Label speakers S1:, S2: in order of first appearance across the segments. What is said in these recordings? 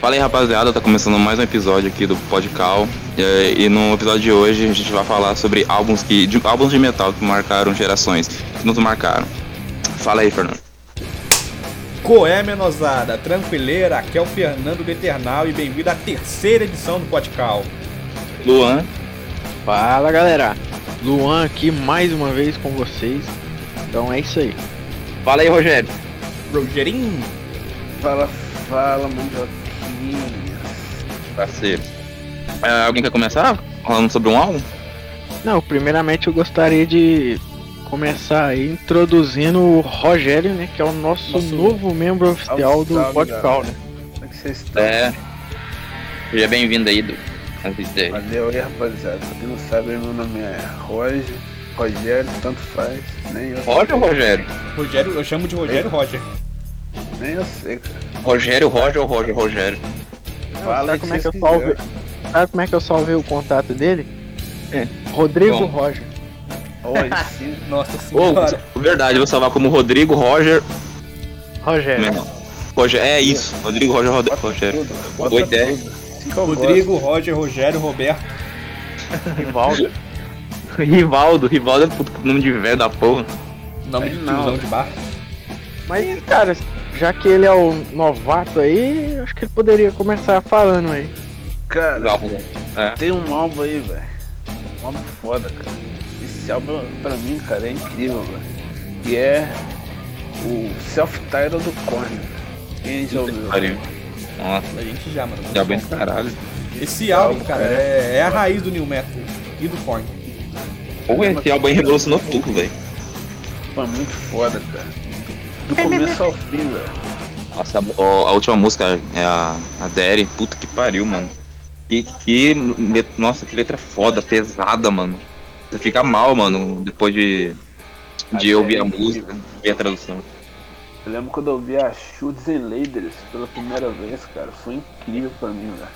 S1: Fala aí, rapaziada, tá começando mais um episódio aqui do Podcal. É, E no episódio de hoje a gente vai falar sobre álbuns que de, álbuns de metal que marcaram gerações, que nos marcaram. Fala aí, Fernando.
S2: Coé Menosada, tranquileira, aqui é o Fernando do Eternal e bem-vindo à terceira edição do Podcal.
S1: Luan,
S3: Fala galera, Luan aqui mais uma vez com vocês. Então é isso aí.
S4: Fala aí, Rogério.
S2: Rogerinho,
S4: Fala, fala, mundoquinha.
S1: parceiro. É, alguém quer começar falando sobre um álbum?
S3: Não, primeiramente eu gostaria de começar aí introduzindo o Rogério, né? Que é o nosso
S2: Nosso-
S3: novo membro oficial do
S4: Salve,
S3: Podcal, né?
S4: Como é que vocês estão?
S1: É. Seja bem-vindo aí, do. antes de-
S4: Valeu aí, rapaziada. Pra quem não sabe, meu nome é Roger, Rogério, tanto faz. Nem eu,
S1: Olha o Rogério.
S2: Rogério, eu chamo de Rogério Roger.
S4: nem eu sei, cara.
S1: Rogério, Roger ou Roger, Rogério.
S4: Fala
S3: sabe
S4: o que
S3: como é que eu
S4: vocês
S3: salvei?
S4: quiserem.
S3: Sabe como é que eu salvei o contato dele?
S1: É.
S3: Rodrigo
S1: Bom.
S3: Roger.
S4: Olha, sim.
S2: Nossa
S1: Ô,
S2: senhora.
S1: verdade, eu vou salvar como Rodrigo, Roger.
S3: Rogério.
S1: Não, Roger, é isso. Rodrigo, Roger, Rod- Rogério.
S4: Tudo.
S1: Boa ideia.
S4: Sim, que eu
S2: Rodrigo, Roger, Rogério, Roberto.
S3: Rivaldo.
S1: Rivaldo, Rivaldo é puto nome de velho da porra.
S2: Nome de
S3: Não.
S2: É, tiozão de bar.
S3: Mas, cara, já que ele é o novato aí, acho que ele poderia começar falando aí.
S4: gosto. Cara,
S1: Legal. É.
S4: tem um álbum aí, velho. Um álbum foda, cara. Esse álbum, pra mim, cara, é incrível, velho. Que é o self-title do Korn. Quem já ouviu?
S1: Pariu. Nossa,
S2: A gente já, mano.
S1: já bem do caralho.
S2: Esse álbum, cara, é, é a raiz do New Metal e do Korn.
S1: Ou esse álbum aí revolucionou tudo, velho.
S4: Foi muito foda, cara. Do começo ao fim, velho.
S1: Nossa, a, a última música é a, a Derry. Puta que pariu, mano. E que. le- Nossa, que letra foda, pesada, mano. Você fica mal, mano, depois de. De
S4: A
S1: ouvir a
S4: Daddy.
S1: música, ver a tradução.
S4: Eu lembro quando eu ouvi a Shoots and Ladies pela primeira vez, cara. Foi incrível pra mim, velho.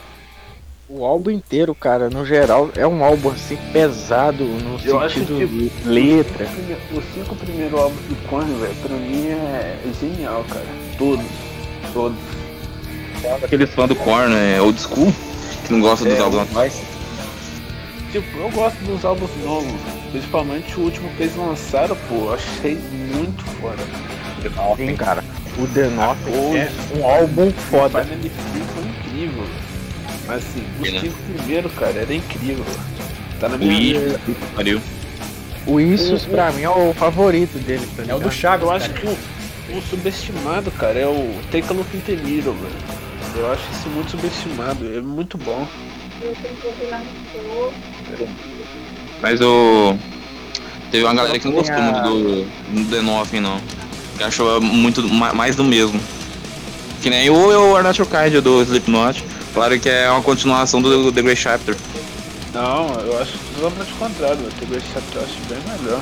S3: O álbum inteiro, cara, no geral, é um álbum assim pesado no
S4: Eu acho
S3: sentido
S4: que-
S3: de letra.
S4: Os cinco primeiros álbuns do Korn, velho, pra mim é é genial, cara. Todos. Todos.
S1: Aqueles fãs do Korn, né, old school, que não gostam dos
S4: É,
S1: álbuns
S4: mas- Tipo, eu gosto dos álbuns novos, principalmente o último que eles lançaram, pô, eu achei muito foda.
S3: Sim, assim, cara. O The North
S4: É.
S3: é um álbum foda.
S4: Final Fantasy foi incrível. Mas assim, os
S1: Né?
S4: cinco primeiros, cara, era incrível. Tá na minha
S1: Ui,
S4: lista.
S1: puta que pariu.
S3: O Issus, pra mim, é o favorito dele.
S2: É o
S3: Tá ligado?
S2: do Chagas,
S4: Eu acho
S2: cara.
S4: que o, o subestimado, cara, é o Take a Look in the Mirror, velho. Eu acho isso muito subestimado, é muito bom.
S1: Mas o. Teve uma galera que não gostou
S3: Tem a-
S1: muito do, do The Nothing, não. Que achou muito ma- mais do mesmo. Que nem o, o Arnaldo Card do Slipknot. Claro que é uma continuação do The Great Chapter.
S4: Não, eu acho totalmente contrário, velho. Take a Look in the Mirror, eu acho bem melhor.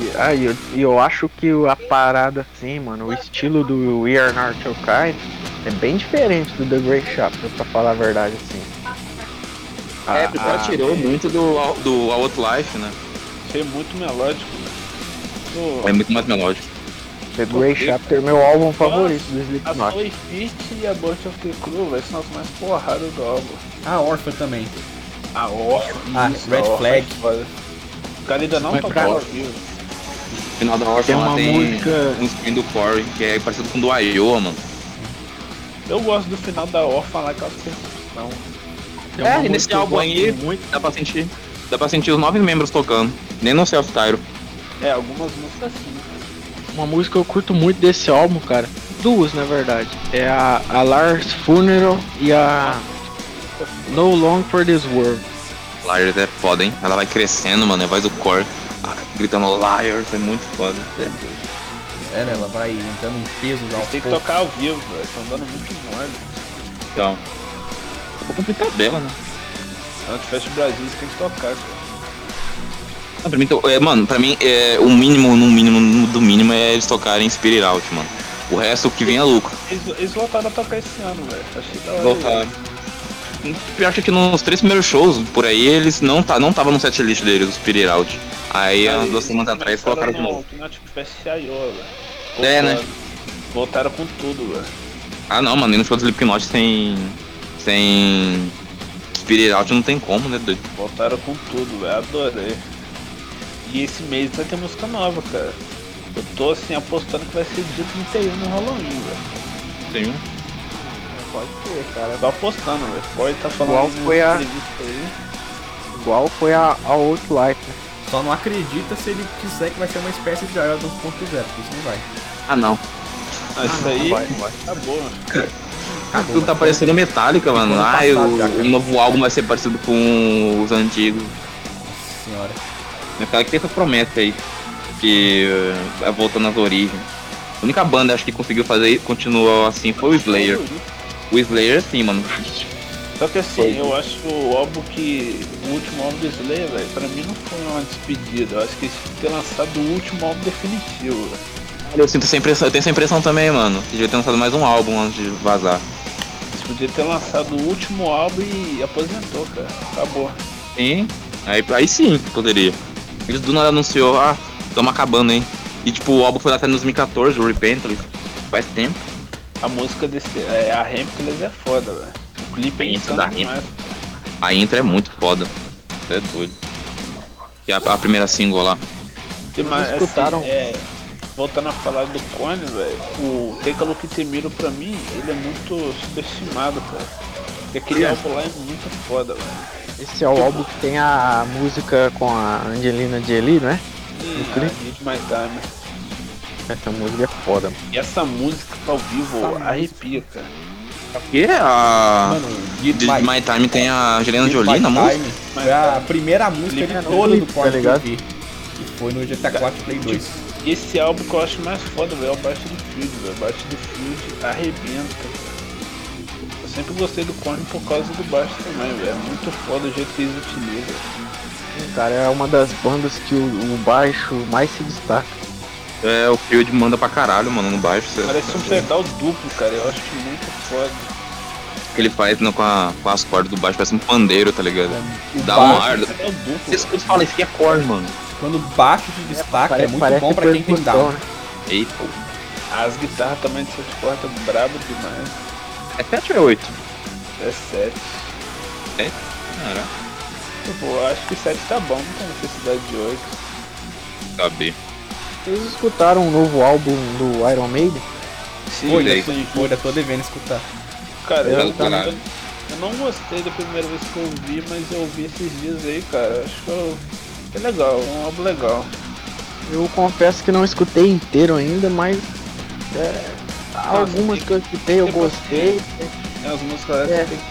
S3: E ah, e eu, e eu acho que a parada, assim, mano, o estilo do We Are Not Your Kind é bem diferente do The Great Chapter, pra falar a verdade, assim.
S1: é,
S3: A-
S1: porque
S3: a-
S1: ela tirou muito do, Out- do Outlife, né?
S4: Achei muito melódico, velho.
S1: É muito mais melódico.
S3: The Great Chapter é meu álbum favorito do
S4: A
S3: Slipknot.
S4: Soul Fit e a Bunch of the Crew, velho, são as mais porradas do álbum.
S2: A Orphan também.
S4: A Orfa,
S2: Ah, Red Flag.
S4: O cara ainda não
S3: Mas,
S4: tocou
S3: cara,
S4: ao vivo.
S1: No final da hora
S3: Tem uma música-
S1: um spin do Corey, que é parecido com o do Iowa, mano.
S4: Eu gosto do final da Orfa lá com as percussão.
S3: Tem uma
S1: É, e
S3: música
S1: nesse
S3: que eu
S1: álbum
S3: gosto
S1: aí-
S3: muito.
S1: Dá pra sentir. Dá pra sentir os nove membros tocando. Nem no Self Tyro.
S4: É, algumas músicas assim.
S3: Uma música que eu curto muito desse álbum, cara. Duas, na verdade. É a, a Lars Funeral e a No Long for This World.
S1: Liars é foda, hein? Ela vai crescendo, mano. É a voz do Corey ah, gritando Liars. É muito foda.
S2: É, né? Ela vai entrando em peso já.
S4: Tem que tocar ao vivo, velho. Estão dando muito mole.
S1: Então. Vou cumprir tabela, né?
S4: Antes fecha o Brasil, isso tem que tocar, cara.
S1: Ah, pra mim, to- é, mano, pra mim, é, o mínimo, no mínimo, no- do mínimo é eles tocarem Spirit Out, mano. O resto que vem é lucro.
S4: Eles, eles voltaram a tocar esse ano, velho. Achei da hora.
S1: Voltaram. Pior que nos três primeiros shows por aí eles não, tá, não tava no setlist deles, o Spirit Out. Aí, há duas semanas atrás, colocaram de novo.
S4: Não, tipo, velho.
S1: É, né?
S4: Voltaram com tudo, velho.
S1: Ah não, mano, e no show do Slipknot sem. sem. Spirit Out não tem como, né, doido?
S4: Voltaram com tudo, velho. Adorei. E esse mês vai ter música nova, cara. Eu tô assim apostando que vai ser dia 31 no Halloween, velho.
S1: Tem um.
S4: Pode ser, cara. Tô apostando, velho. Pode estar
S3: Qual
S4: falando em
S3: foi a-
S4: entrevista aí.
S3: Igual foi a, a Outlife, né?
S2: Só não acredita se ele quiser que vai ser uma espécie de Iron 2.0, porque isso não vai.
S1: Ah não.
S4: Ah, isso aí
S3: vai, vai.
S4: acabou, né?
S1: Ah, tu tá parecendo Metallica, mano.
S2: Ano
S1: Ah,
S2: Tá passado
S1: o,
S2: já, cara.
S1: o novo álbum vai ser parecido com os antigos.
S2: Nossa senhora.
S1: Metallica tem essa promessa aí. Que eh, vai voltando às origens. A única banda acho que conseguiu fazer e continuou assim foi o Slayer. O Slayer sim, mano.
S4: Só que assim, eu acho o álbum que. O último álbum do Slayer, velho, pra mim não foi uma despedida. Eu acho que eles tinham que ter lançado o último álbum definitivo, velho.
S1: Eu sinto essa impressão, eu tenho essa impressão também, mano. Que devia ter lançado mais um álbum antes de vazar.
S4: Eles podiam ter lançado o último álbum e aposentou, cara. Acabou.
S1: Sim, aí, aí sim poderia. Eles do nada anunciou, ah, estamos acabando, hein? E tipo, o álbum foi lá até em 2014, o Repentless. Faz tempo.
S4: A música desse. É, a Rampless é foda, velho. O clipe é
S1: Isso,
S4: insano
S1: da
S4: demais.
S1: A intro é muito foda. É doido. Que é a, a primeira single lá.
S4: Tem mais, assim,
S3: escutaram?
S4: é, voltando a falar do Cone, velho, o Take a Look at Miro pra mim, ele é muito subestimado, cara. Porque aquele álbum lá é muito foda, velho.
S3: Esse é o álbum que tem a música com a Angelina Jolie, né?
S4: Hum,
S3: clipe?
S4: I Need My Time.
S3: Essa música é foda, mano.
S4: E essa música tá ao vivo arrepia, cara.
S1: Que a.
S2: Mano,
S1: Did My Time tem a Angelina Jolie na música?
S2: Foi a primeira música de
S4: Primeira
S2: todo
S3: música,
S2: do Korn
S3: tá
S2: que eu
S3: ligado?
S2: vi. E foi no GTA 4 Play 2.
S4: E esse álbum que eu acho mais foda, velho, é o Bart do Field, velho. Bart do Field arrebenta. cara. Eu sempre gostei do Cone por causa do Bart também, velho. É muito foda o jeito que eles utilizam.
S3: Cara, é uma das bandas que o, o baixo mais se destaca.
S1: É, o Field manda pra caralho, mano, no baixo. cê-
S4: Parece um pedal duplo, cara. Eu acho muito foda.
S1: O que ele faz no- com, a- com as cordas do baixo, parece um pandeiro, tá ligado? Dá um
S2: baixo-
S1: ar.
S4: Pedal duplo.
S1: Você escuta e fala, isso aqui é core, mano.
S2: Quando baixo se destaca, é,
S3: Pare-
S2: muito bom pra quem tem
S3: percussão,
S2: down.
S3: né?
S1: Eita.
S4: As guitarras também de sete cordas brabo demais.
S1: É 7 ou é 8?
S4: É sete.
S1: Caraca.
S4: Tipo, eu acho que sete tá bom, não tem necessidade de oito.
S1: Saber.
S3: Vocês escutaram o novo álbum do Iron Maiden?
S4: Sim,
S1: Olha aí.
S4: assim,
S2: Pô, ainda tô devendo escutar.
S4: Cara, eu,
S1: Eu também.
S4: eu- eu não gostei da primeira vez que eu ouvi, mas eu ouvi esses dias aí, cara. Acho que eu... é legal, é um álbum legal.
S3: Eu confesso que não escutei inteiro ainda, mas é, algumas que eu escutei eu
S4: eu gostei.
S3: gostei.
S4: Tem Né, as músicas
S3: É.
S4: que tem que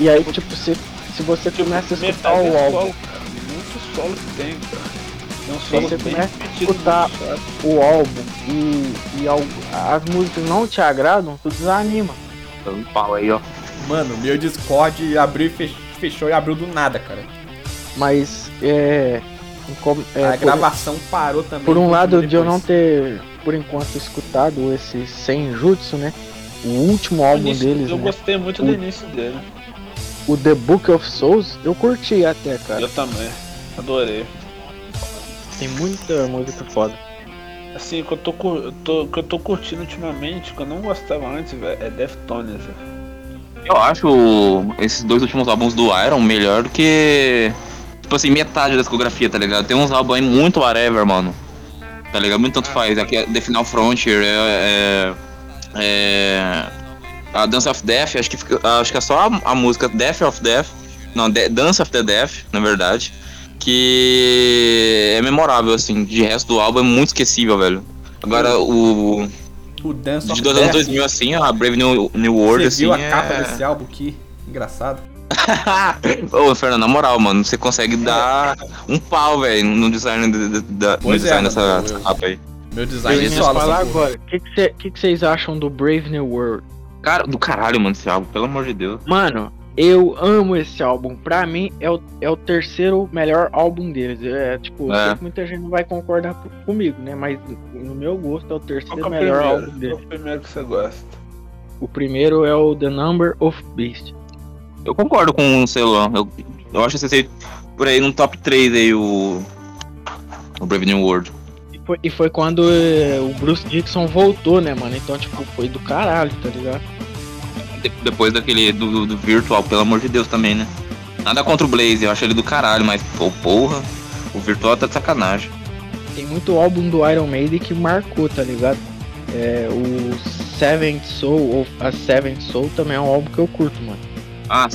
S3: E aí, tipo, se, se você começa a escutar
S4: metade
S3: o
S4: é
S3: álbum,
S4: solo, cara. Muito solo que tem, cara. Tem um solo
S3: você
S4: bem
S3: começa
S4: repetido,
S3: escutar.
S4: muito chato.
S3: o álbum e, e al- as músicas não te agradam, tu desanima.
S1: Dando pau aí, ó.
S2: Mano, meu Discord abriu e fech- fechou e abriu do nada, cara.
S3: Mas é. como- é,
S2: A
S3: por-
S2: gravação parou também.
S3: Por um lado de eu não
S2: depois.
S3: ter, por enquanto, escutado esse Senjutsu, né? O último
S4: O
S3: álbum
S4: início-
S3: deles,
S4: eu
S3: né?
S4: gostei muito do início dele.
S3: O The Book of Souls, eu curti até, cara.
S4: Eu também. Adorei.
S3: Tem muita música foda.
S4: Assim, o que eu tô, cur- eu tô- o que eu tô curtindo ultimamente, o que eu não gostava antes, velho, é Deftones, velho.
S1: Eu acho esses dois últimos álbuns do Iron melhor do que. Tipo assim, metade da discografia, tá ligado? Tem uns álbuns aí muito whatever, mano. Tá ligado? Muito tanto faz. Aqui é The Final Frontier, é. é, é- a Dance of Death, acho que, fica- acho que é só a, a música Death of Death. Não, De- Dance of the Death, na verdade. Que é memorável, assim. De resto do álbum é muito esquecível, velho. Agora, o.
S2: O Hum. Dance
S1: De
S2: of
S1: dois anos
S2: Death,
S1: 2000, assim, a Brave New, New World,
S2: Você
S1: assim.
S2: viu a
S1: é-
S2: capa desse álbum? Que engraçado.
S1: Ô, Fernando, na moral, mano, você consegue dar um pau, velho, no design, de- de- da- no
S2: Pois é,
S1: design
S2: mano,
S1: dessa
S2: eu-
S1: dessa
S2: eu-
S1: capa aí.
S2: Meu
S3: Tá, Eu
S2: design
S1: Mas
S3: ia
S1: isso
S2: solo,
S3: falar
S2: essa porra.
S3: agora. O que que cê- que que vocês acham do Brave New World?
S1: Cara, do caralho, mano, esse álbum, pelo amor de Deus.
S3: Mano, eu amo esse álbum. Pra mim, é o, é o terceiro melhor álbum deles. É, tipo, eu
S1: É.
S3: sei que muita gente não vai concordar co- comigo, né? Mas no meu gosto é o
S4: Qual
S3: terceiro
S4: que é o
S3: melhor
S4: primeiro?
S3: álbum
S4: Qual
S3: deles.
S4: que é o primeiro que você gosta?
S3: O primeiro é o The Number of Beast.
S1: Eu concordo com o Celon, eu, eu acho que esse aí, por aí no top 3 aí, o, o Brave New World.
S3: E foi, e foi quando eh, o Bruce Dixon voltou, né, mano? Então, tipo, foi do caralho, tá ligado?
S1: De- depois daquele do, do- do Virtual, pelo amor de Deus também, né? Nada contra o Blaze, eu acho ele do caralho, mas pô, porra, o Virtual tá de sacanagem.
S3: Tem muito álbum do Iron Maiden que marcou, tá ligado? É, o Seventh Soul, ou a Seventh Soul também é um álbum que eu curto, mano.
S1: Ah,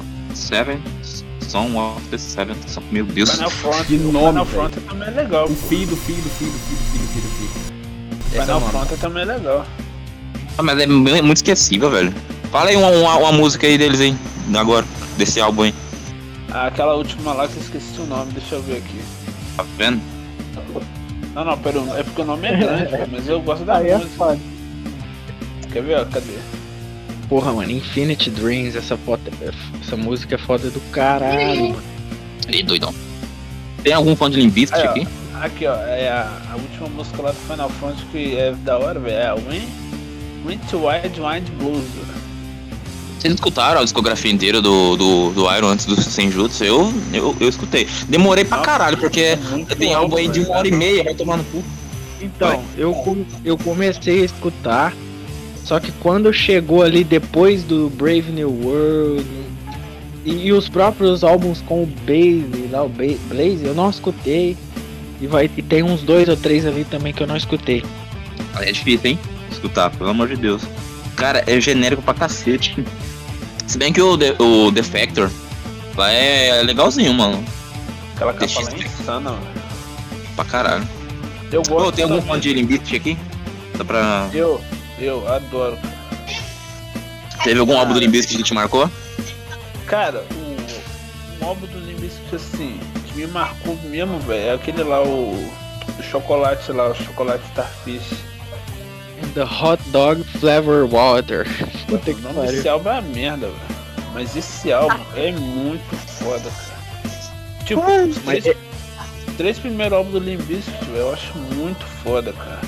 S1: é. Seven. Song of the Seven. Song- Meu Deus.
S4: Final Front,
S2: Que
S4: o
S2: nome,
S4: Final
S2: velho.
S4: Front também é legal.
S2: O filho, filho, filho, filho, filho, filho, filho. Esse é
S4: Final
S2: o nome.
S4: Front também é legal.
S1: Ah, mas é mu- é muito esquecível, velho. Fala aí uma, uma, uma música aí deles, hein? Agora, desse álbum, hein?
S4: Ah, aquela última lá que eu esqueci o nome, deixa eu ver aqui.
S1: Tá vendo?
S4: Não, não, pera, é porque o nome é grande, pô, mas eu gosto da
S2: é
S4: música. Quer ver? ó, Cadê?
S3: Porra, mano, Infinity Dreams, essa, foto, essa música é foda do caralho, mano.
S1: Ih, doidão. Tem algum fã de Limbiscuit
S4: Aí, ó.
S1: aqui?
S4: Aqui, ó, é a, a última música lá do Final Front que é da hora, velho. É a Win, Win to Wild Wind Blues,
S1: Ah,
S4: velho.
S1: Vocês escutaram a discografia inteira do, do, do Iron antes do Senjutsu? Eu, eu, eu escutei. Demorei pra caralho, porque
S4: é Muito
S1: tem
S4: bom,
S1: álbum aí de
S4: velho.
S1: uma hora e meia, vai tomar no cu.
S3: Então, eu, com- eu comecei a escutar, só que quando chegou ali depois do Brave New World e, e os próprios álbuns com o Blaze, lá o Ba- Blaze, eu não escutei. E, vai, e tem uns dois ou três ali também que eu não escutei.
S1: É difícil, hein? Escutar, pelo amor de Deus. Cara, é genérico pra cacete. Se bem que o, The, o Defector lá é legalzinho, mano.
S4: Aquela capa lá
S1: TXT.
S4: é insana, velho.
S1: Pra caralho.
S4: Eu gosto.
S1: Ô, tem algum
S4: também.
S1: fã de Limbit aqui? Dá pra.
S4: Eu, eu adoro.
S1: Teve algum álbum do Limbit que te marcou?
S4: Cara, o, o álbum do Limbiscuit, assim, que me marcou mesmo, velho, é aquele lá, o, o chocolate lá, o chocolate Starfish.
S3: The Hot Dog Flavor Water. Puta
S4: o
S3: que
S4: nome
S3: pariu.
S4: desse álbum é uma merda, velho. Mas esse álbum é muito foda, cara. Tipo, os
S3: Mas é-
S4: três, três primeiros álbuns do Limbiscuit, velho, eu acho muito foda, cara.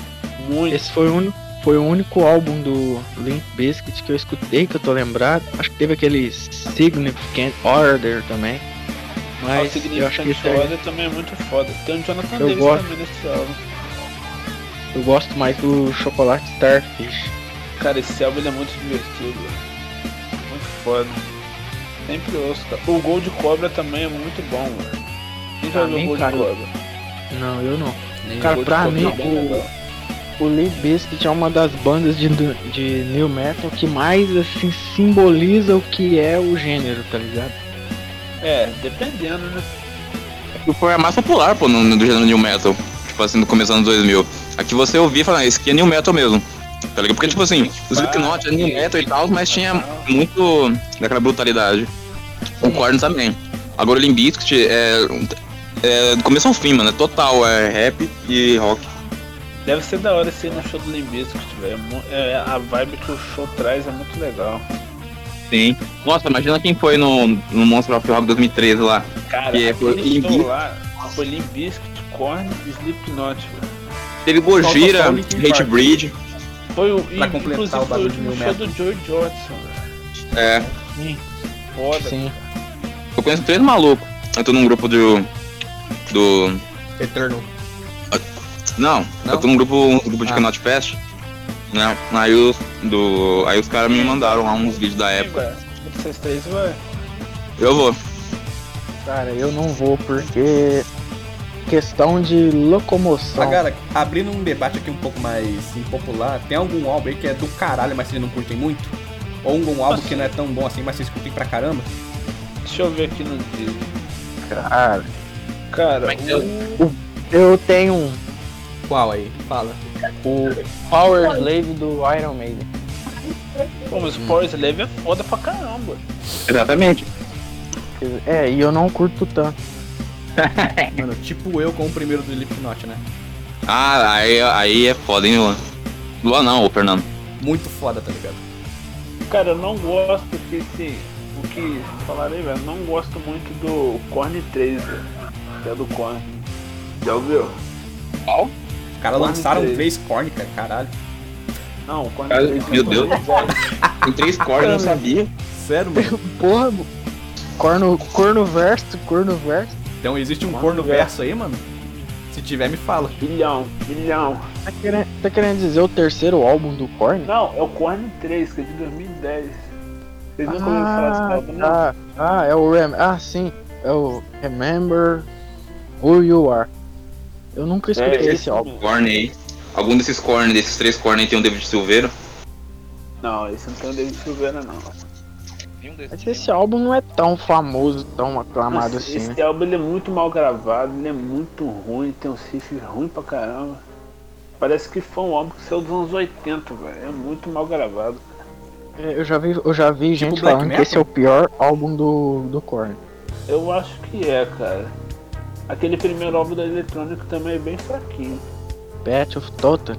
S4: Muito.
S3: Esse foi o único, foi o único álbum do Limp Bizkit que eu escutei, que eu tô lembrado. Acho que teve aquele Significant Order também.
S4: Ah, o
S3: Mas é eu acho que
S4: Significant
S3: esse aí-
S4: Order também é muito foda. Tem o Jonathan
S3: Eu
S4: Davis
S3: gosto.
S4: também nesse álbum.
S3: eu gosto mais do Chocolate Starfish.
S4: Cara, esse álbum ele é muito divertido. velho. Muito foda. Sempre ouço, cara. O Gol de Cobra também é muito bom, mano. Quem já
S3: Pra
S4: viu o
S3: mim,
S4: Gol
S3: cara,
S4: de Cobra?
S3: Não, eu não.
S4: Nem
S3: cara,
S4: Gol de
S3: pra
S4: Cobra
S3: mim,
S4: é bem
S3: o-
S4: legal.
S3: O Limp Bizkit é uma das bandas de, de New Metal que mais assim simboliza o que é o gênero, tá ligado?
S4: É, dependendo, né?
S1: Foi a mais popular, pô, no, no, do gênero New Metal. Tipo assim, no começo dos anos 2000. Aqui você ouvia e falava, "Ah, esse aqui é New Metal mesmo. Tá ligado? Porque, tipo assim, os Slipknot é New Metal e tal, mas
S3: É,
S1: tinha muito daquela brutalidade. O Korn também. Agora o Limbiscuit é, é do começo ao fim, mano. É total, é rap e rock.
S4: Deve ser da hora esse ir no show do Limbiscuit, velho. É mu- É, a vibe que o show traz é muito legal.
S1: Sim. Nossa, imagina quem foi no, no Monster of Rock 2013 lá.
S4: Cara,
S1: E é, foi
S4: aquele show
S1: Limp-
S4: lá foi Limbiscuit, Korn e Slipknot, velho.
S1: Teve Gojira,
S2: Falta só o Linkin Park.
S1: Hate Breed.
S4: Foi o, e,
S2: Pra completar
S4: inclusive,
S2: o
S4: foi
S2: bagulho
S4: o
S2: de
S4: último
S2: New
S4: show
S2: Metal.
S4: do Joe Johnson, velho.
S1: É.
S4: Foda,
S3: Sim.
S1: Eu conheço três malucos. Eu tô num grupo do. Do.
S2: Eterno.
S1: Não,
S2: Não?
S1: eu tô num grupo, um grupo de
S2: Ah.
S1: Canal de Fest. Né? Aí os. Do. Aí os caras me mandaram lá uns vídeos da época.
S4: velho. Vocês três, velho.
S1: Eu vou.
S3: Cara, eu não vou porque questão de locomoção.
S2: Ah, cara, abrindo um debate aqui um pouco mais impopular, tem algum álbum aí que é do caralho, mas vocês não curtem muito? Ou algum álbum que não é tão bom assim, mas vocês curtem pra caramba?
S4: Deixa eu ver aqui no vídeo.
S3: Cara,
S4: Cara,
S1: Como é que é?
S4: o-
S3: eu tenho um
S2: Qual aí? Fala.
S3: O Power Slave do Iron Maiden.
S4: pô, mas o Power
S1: Hum.
S4: Slave é foda pra caramba.
S1: Exatamente.
S3: É, e eu não curto tanto.
S2: Mano, tipo eu com o primeiro do Slipknot, né?
S1: Ah, aí, aí é foda, hein, Luan? Luan não, ô Fernando.
S2: Muito foda, tá ligado?
S4: Cara, eu não gosto porque esse. O que falaram aí, velho? eu Não gosto muito do Korn 3, velho. Que é do Korn. Já ouviu?
S2: Os caras
S4: Corn
S2: lançaram
S4: três.
S2: três Korn, cara, caralho.
S4: Não, o Korn é
S1: Cara,
S4: 3.
S1: meu Deus. Tem três cordas, eu não sabia.
S2: Sério, mano.
S3: Porra, mo- corno, corno verso, corno verso.
S2: Então existe um
S4: Corn
S2: corno
S4: verso.
S2: verso aí, mano? Se tiver, me fala.
S4: Bilhão, bilhão.
S3: Tá querendo, tá querendo dizer o terceiro álbum do Korn?
S4: Não, é o Korn 3, que é de 2010. Vocês não ouviram falar desse
S3: Ah,
S4: álbum, não?
S3: tá. ah, é o Rem... Ah, sim. É o Remember Who You Are. Eu nunca escutei
S4: É,
S3: esse álbum.
S1: Corn aí. Algum desses corn, desses três corn aí tem o David Silveira?
S4: Não, esse não tem o David Silveira, não.
S3: Mas esse álbum não é tão famoso, tão aclamado
S4: Nossa,
S3: assim,
S4: esse
S3: né?
S4: álbum ele é muito mal gravado, ele é muito ruim, tem um riff ruim pra caramba. Parece que foi um álbum que saiu dos anos 80, velho. É muito mal gravado.
S3: É, Eu já vi, eu já vi gente
S2: Black
S3: falando
S2: Metal?
S3: que esse é o pior álbum do, do Korn.
S4: Eu acho que é, cara. Aquele primeiro álbum da Eletrônica também é bem fraquinho.
S3: Path of Total.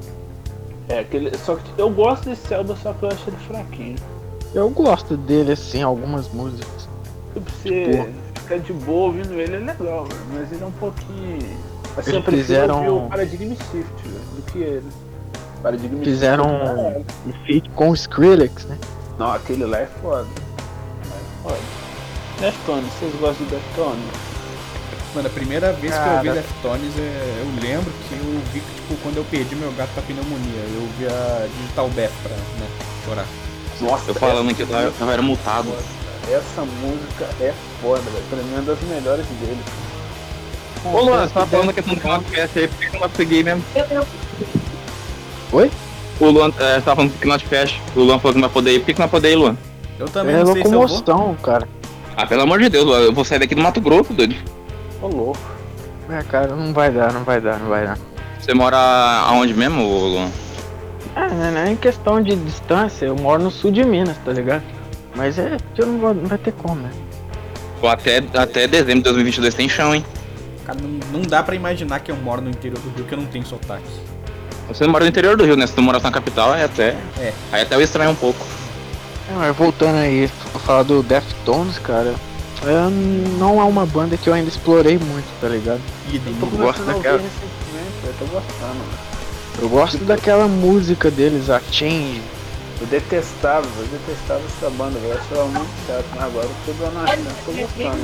S4: É, aquele. Só que eu gosto desse álbum, só que eu acho ele fraquinho.
S3: Eu gosto dele, assim, algumas músicas.
S4: Tipo, você ficar de boa ouvindo ele é legal, velho. Mas ele é um pouquinho. Assim,
S3: Eles
S4: eu prefiro
S3: fizeram-
S4: ouvir o Paradigm Shift, velho, do que ele. Paradigm Shift
S3: Fizeram
S4: é caralho.
S3: um feat com o Skrillex, né?
S4: Não, aquele lá é foda. Lá é foda. Deftones, vocês gostam de Deftones?
S2: Mano, a primeira vez que eu
S3: Cara.
S2: ouvi Deftones, é, eu lembro que eu vi que, tipo, quando eu perdi meu gato pra pneumonia, eu ouvi a Digital Beth pra, né, chorar.
S4: Nossa,
S1: Eu falando tá- aqui, eu tava, eu tava era multado.
S4: Essa música é foda, velho. Pra mim é uma das melhores dele.
S1: Ô Luan, você tava falando da questão do Knotfest aí, por que eu não consegui mesmo?
S3: Oi?
S1: O Luan, é, você tava falando do Knotfest, o Luan falou que não vai poder ir, por que que não vai poder ir, Luan?
S2: Eu também
S3: É
S2: não sei se eu vou.
S3: locomoção, cara.
S1: Ah, pelo amor de Deus, Luan, eu vou sair daqui do Mato Grosso, doido.
S4: Ô louco.
S3: É, cara, não vai dar, não vai dar, não vai dar.
S1: Você mora aonde mesmo, ô, Luan?
S3: É, não é nem questão de distância, eu moro no sul de Minas, tá ligado? Mas é que eu não vou, não vai ter como, né?
S1: Pô, até, até dezembro de 2022 tem chão, hein?
S2: Cara, não, não dá pra imaginar que eu moro no interior do Rio, que eu não tenho sotaque.
S1: Você mora no interior do Rio, né? Se tu morasse na capital, aí até...
S2: É.
S1: Aí até eu estranho um pouco.
S3: É, mas voltando aí, pra falar do Deftones, cara, é, não é uma banda que eu ainda explorei muito, tá ligado?
S2: E né, do
S4: Tô
S1: gosto
S4: começando a ouvir
S1: daquela-
S4: recentemente, velho. Tô gostando, velho.
S3: Eu gosto daquela música deles, a Change.
S4: Eu detestava, eu detestava essa banda, velho. Eu achava ela muito chato, mas agora eu tô dando uma chance, tô gostando, velho.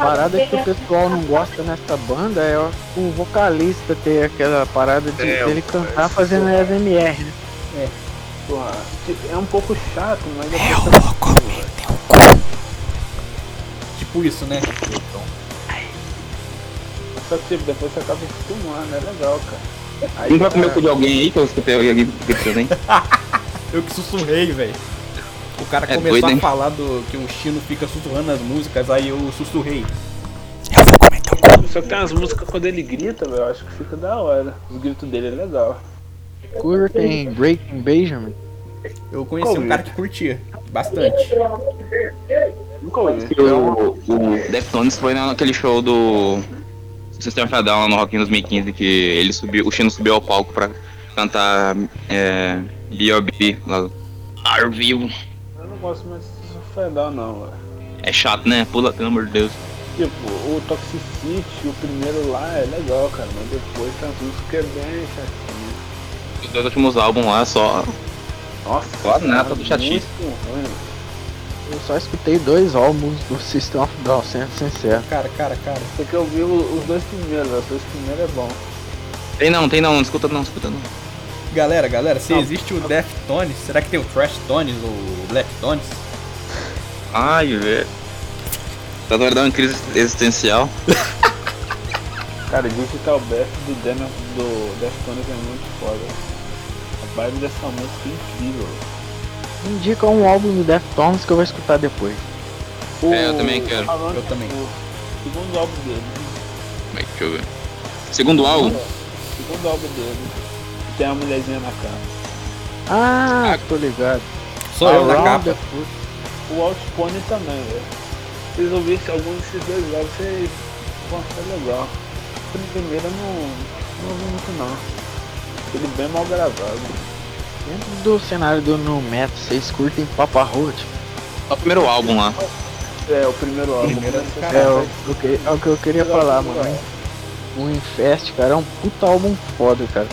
S3: A parada que o pessoal não gosta nessa banda é o vocalista ter aquela parada de
S1: É,
S3: ele cantar fazendo SMR, né?
S4: Porra, tipo, é um pouco chato, mas eu tô gostando, velho.
S2: Tipo isso, né?
S4: Mas Só que tipo, depois você acaba acostumando, é legal, cara.
S1: Não vai comer o
S4: cara,
S1: cu de alguém aí, que eu escutei alguém gritando, hein?
S2: Eu que sussurrei, velho. O cara
S1: É
S2: começou
S1: doido,
S2: a
S1: hein?
S2: falar do que o Chino fica sussurrando as músicas, aí eu sussurrei.
S4: Só que tem umas músicas quando ele grita, velho, eu acho que fica da hora. O grito dele é legal.
S3: Curtem Breaking Benjamin.
S2: Eu conheci
S4: Qual
S2: um
S4: é?
S2: cara que curtia bastante.
S4: Nunca
S1: É.
S4: ouvi.
S1: O, Então, o Deftones foi naquele show do System of a Down no Rock in 2015 que ele subiu, o Chino subiu ao palco pra cantar é, B.O.B. lá ar vivo.
S4: Eu não gosto mais disso fedal, não, velho.
S1: É chato, né? Pula, pelo amor de Deus.
S4: Tipo, o Toxicity, o primeiro lá é legal, cara, mas depois tem umas músicas que é bem chatinha.
S1: Os dois últimos álbuns lá só.
S4: Nossa,
S1: Claro, né?
S4: cara,
S1: Tá do chatice.
S4: muito ruim, velho.
S3: Eu só escutei dois álbuns do System of a Down, sendo sincero.
S2: Cara, cara, cara.
S4: Tem que ouvir o- os dois primeiros, velho. Os dois primeiros é bom.
S1: Tem não, tem não, não escuta não, escuta não.
S2: Galera, galera, se
S4: Não.
S2: existe o Deftones, será que tem o Trash Tones ou o Black Tones?
S1: Ai, velho. Tá na verdade uma crise existencial.
S4: Cara, Digital Best do Dana do Deftones é muito foda. A vibe dessa música é incrível.
S3: Indica um álbum do Deftones que eu vou escutar depois.
S4: O-
S1: É, eu também quero.
S4: falando
S2: Eu também.
S4: O tipo, segundo álbum dele.
S1: Como é que deixa eu ver? Segundo álbum?
S4: O segundo álbum dele. Tem uma mulherzinha na capa.
S3: Ah, tô ligado. É
S2: Só eu na capa.
S3: Around the Foot.
S4: O Outpone também, né? velho. Se vocês ouvissem algum desses dois álbuns, vocês vão achar legal. O primeiro eu não, não ouvi muito não. Ele bem mal gravado.
S3: Dentro do cenário do No Metal, vocês curtem Papa Roach?
S1: Só o primeiro álbum lá.
S4: É, o primeiro álbum.
S2: Primeiro é do
S4: Começa a
S2: caralho.
S3: É,
S4: ser
S3: o, o que- é o que eu queria
S4: legal,
S3: falar,
S4: legal.
S3: mano. O Infest, cara, é um puta álbum foda, cara.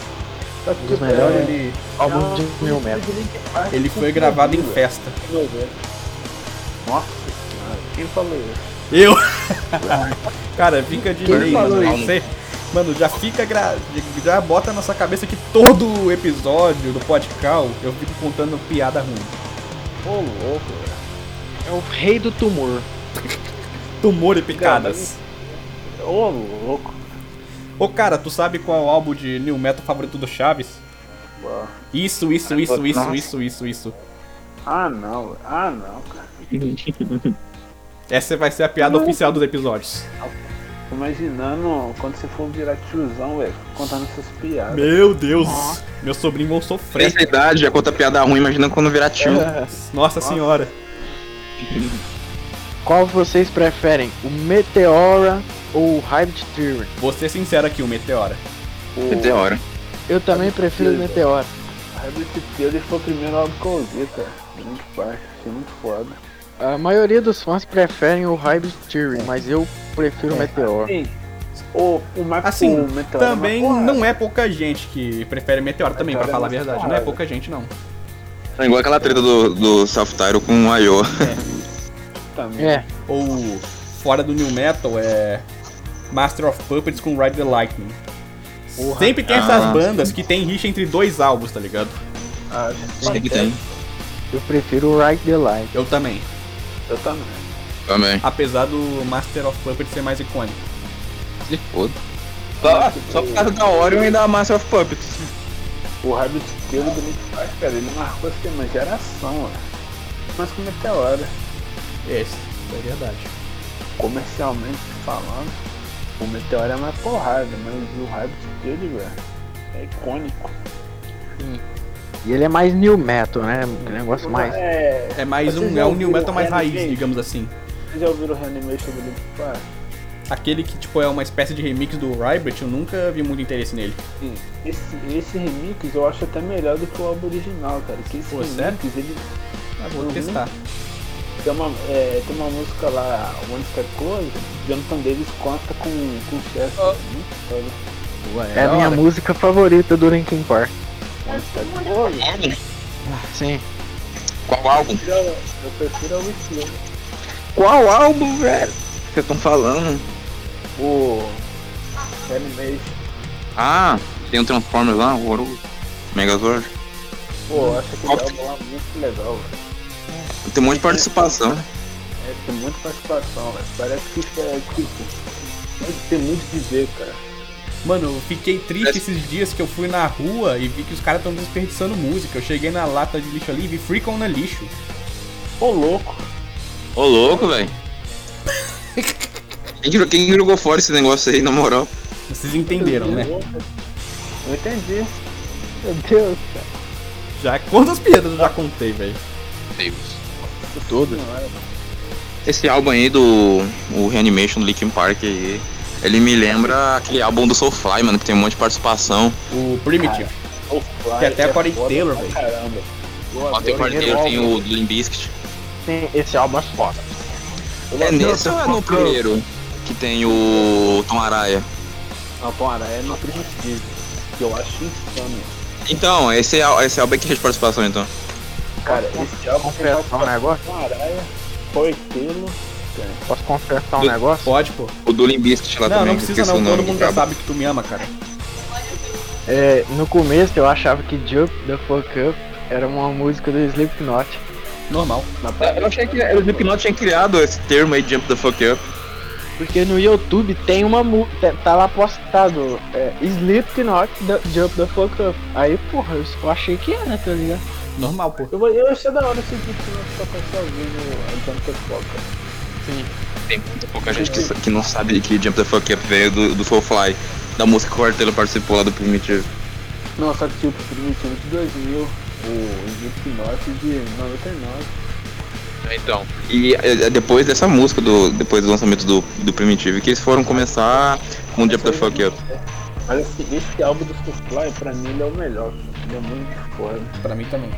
S4: Só que,
S3: Dos
S4: tipo,
S2: Então
S3: melhores.
S4: é-
S2: ele,
S3: Álbum de New Metal.
S2: ele foi gravado em festa.
S4: Nossa senhora, quem falou isso?
S2: Eu? Cara, fica de
S3: Quem
S2: lei,
S3: falou
S2: mano.
S1: isso?
S2: Você, Mano, já fica gra... já bota na sua cabeça que todo episódio do podcast eu fico contando piada ruim.
S4: Ô louco, velho.
S3: É o rei do tumor.
S2: Tumor e picadas.
S4: Ô louco.
S2: Ô cara, tu sabe qual é o álbum de New Metal favorito do Chaves?
S4: Uau.
S2: Isso, isso, isso, isso,
S1: Nossa.
S2: isso, isso, isso.
S4: Ah não, velho. Ah não, cara.
S2: Essa vai ser a piada oficial dos episódios.
S4: Tô Imaginando quando você for virar tiozão, velho, contando essas piadas.
S2: Meu Deus! Meus sobrinhos vão sofrer.
S1: Nessa idade já conta piada ruim, imagina quando virar tio.
S2: Nossa senhora.
S3: Qual vocês preferem? O Meteora ou o Hybrid Theory?
S2: Vou ser sincero aqui, o Meteora.
S1: Quer dizer, hora.
S3: Eu também prefiro o Meteora.
S4: O Hybrid Theory foi o primeiro álbum que eu ouvi, cara. Muito parte, achei muito foda.
S3: A maioria dos fãs preferem o Hybrid Theory, mas eu prefiro o Meteora.
S4: Sim. O, o Marco
S2: Assim,
S4: o Um Meteoro
S2: Também não é pouca gente que prefere Meteora também, pra
S4: Meteora é
S2: falar a
S4: uma
S2: verdade.
S4: porrada.
S2: Não é pouca gente, não.
S1: É igual aquela treta do, do Self Tyro com o Io.
S4: Também.
S3: É,
S2: Ou fora do New Metal é Master of Puppets com Ride the Lightning. Sempre tem essas
S1: Ah,
S2: bandas que tem rixa entre dois álbuns, tá ligado?
S4: Ah,
S1: Sei que tem.
S3: eu prefiro o Right the Line.
S2: Eu também.
S4: Eu também.
S1: Também.
S2: Apesar do Master of Puppets ser mais icônico.
S1: Se foda. Só, só por causa da Orion e da Master of Puppets.
S4: O Hybrid Theory do Nick Park, é cara, ele marcou assim uma geração, né? Mas com Meteora,
S2: Esse, é verdade.
S4: comercialmente falando, o Meteora é mais porrada, mas o Hybrid Theory, velho, é icônico.
S3: E ele é mais new metal, né? Um negócio mais.
S4: É,
S2: É mais
S4: Vocês
S2: um,
S4: já
S2: é um New
S4: ouviram
S2: Metal mais raiz,
S4: Renegade?
S2: digamos assim.
S4: Vocês já ouviram o Reanimation do Nick Park?
S2: Aquele que, tipo, é uma espécie de remix do Rybert, eu nunca vi muito interesse nele.
S4: Sim. Esse, esse remix eu acho até melhor do que o álbum original, cara. Que esse
S2: Pô,
S4: remix,
S2: sério?
S4: ele
S2: Ah, vou
S4: Uhum.
S2: testar.
S4: tem uma, é, tem uma música lá, One Step Close, Jonathan Davis canta com, com o né? Chester. Muito foda.
S3: É a minha música favorita do Linkin Park.
S4: One Step Close.
S3: Sim.
S1: Qual álbum?
S4: Eu, eu prefiro a Whisky.
S1: Qual álbum, velho? Vocês estão falando?
S4: O Animation.
S1: Ah, tem um Transformers lá, horroroso. Megazord.
S4: Pô, eu acho que
S1: Qual que-
S4: é um muito legal, velho.
S1: Tem um monte de participação.
S4: É, tem muita participação, velho. Parece que isso é tipo. Tem muito a dizer, cara.
S2: Mano, eu fiquei triste esses dias que eu fui na rua e vi que os caras estão desperdiçando música. Eu cheguei na lata de lixo ali e vi Freak on the Lixo.
S4: Ô louco.
S1: Ô louco, velho. Quem, jogou- quem jogou fora esse negócio aí, na moral?
S2: Vocês entenderam, né?
S4: Eu entendi.
S3: Meu Deus.
S2: Já é quantas piadas eu já contei, velho?
S1: Todo. Esse álbum aí do o Reanimation do Linkin Park aí, ele me lembra aquele álbum do Soulfly, mano, que tem um monte de participação.
S2: O Primitive.
S4: O
S2: Tem
S4: Fly,
S2: até a Corey Taylor, velho.
S4: é Caramba. Eu
S1: Ó, tem o
S4: adoro
S1: Corey
S4: ele.
S1: Taylor, tem o Limp Bizkit.
S3: Sim, esse álbum é foda.
S1: É nesse ou é no primeiro? Que tem o Tom Araya.
S4: Não, para, é no primitivo. Que eu acho insano.
S1: Então, esse, al- esse álbum é que fez participação, então.
S4: Cara, esse é álbum tem
S3: Confessar um negócio?
S4: Maraia, Portelo.
S3: Posso confessar um negócio?
S2: Pode, pô.
S1: O do Limp Bizkit lá
S2: Não,
S1: também,
S2: não
S1: que
S2: precisa
S1: esqueci
S2: não.
S1: o
S2: Todo
S1: nome do
S2: mundo já
S1: cabo.
S2: sabe que tu me ama, cara.
S3: É, no começo eu achava que Jump the Fuck Up era uma música do Slipknot.
S2: Normal.
S4: Na praia.
S1: Eu achei que o Slipknot tinha criado esse termo aí, Jump the Fuck Up.
S3: Porque no YouTube tem uma música, tá lá postado, é, Slipknot the, Jump the Fuck Up. Aí, porra, eu só achei que era, tá ligado?
S2: Normal, pô.
S4: Eu, vou- eu achei da hora esse vídeo né? que tocar sozinho a Jumper Foca.
S1: Tem muita pouca gente que, sa- que não sabe que Jump the Fuck Up veio do, do Soulfly, da música que o Artelo participou lá do Primitive.
S4: Não, só que tipo, Primitivo de 2000, o Slipknot de 99.
S1: Então. E é, é depois dessa música, do, depois do lançamento do, do Primitive, que eles foram começar com o Jump the Fuck Up.
S4: Mas assim, esse álbum do Superfly, pra mim, ele é o melhor. cara. Ele é muito foda.
S2: Pra mim também.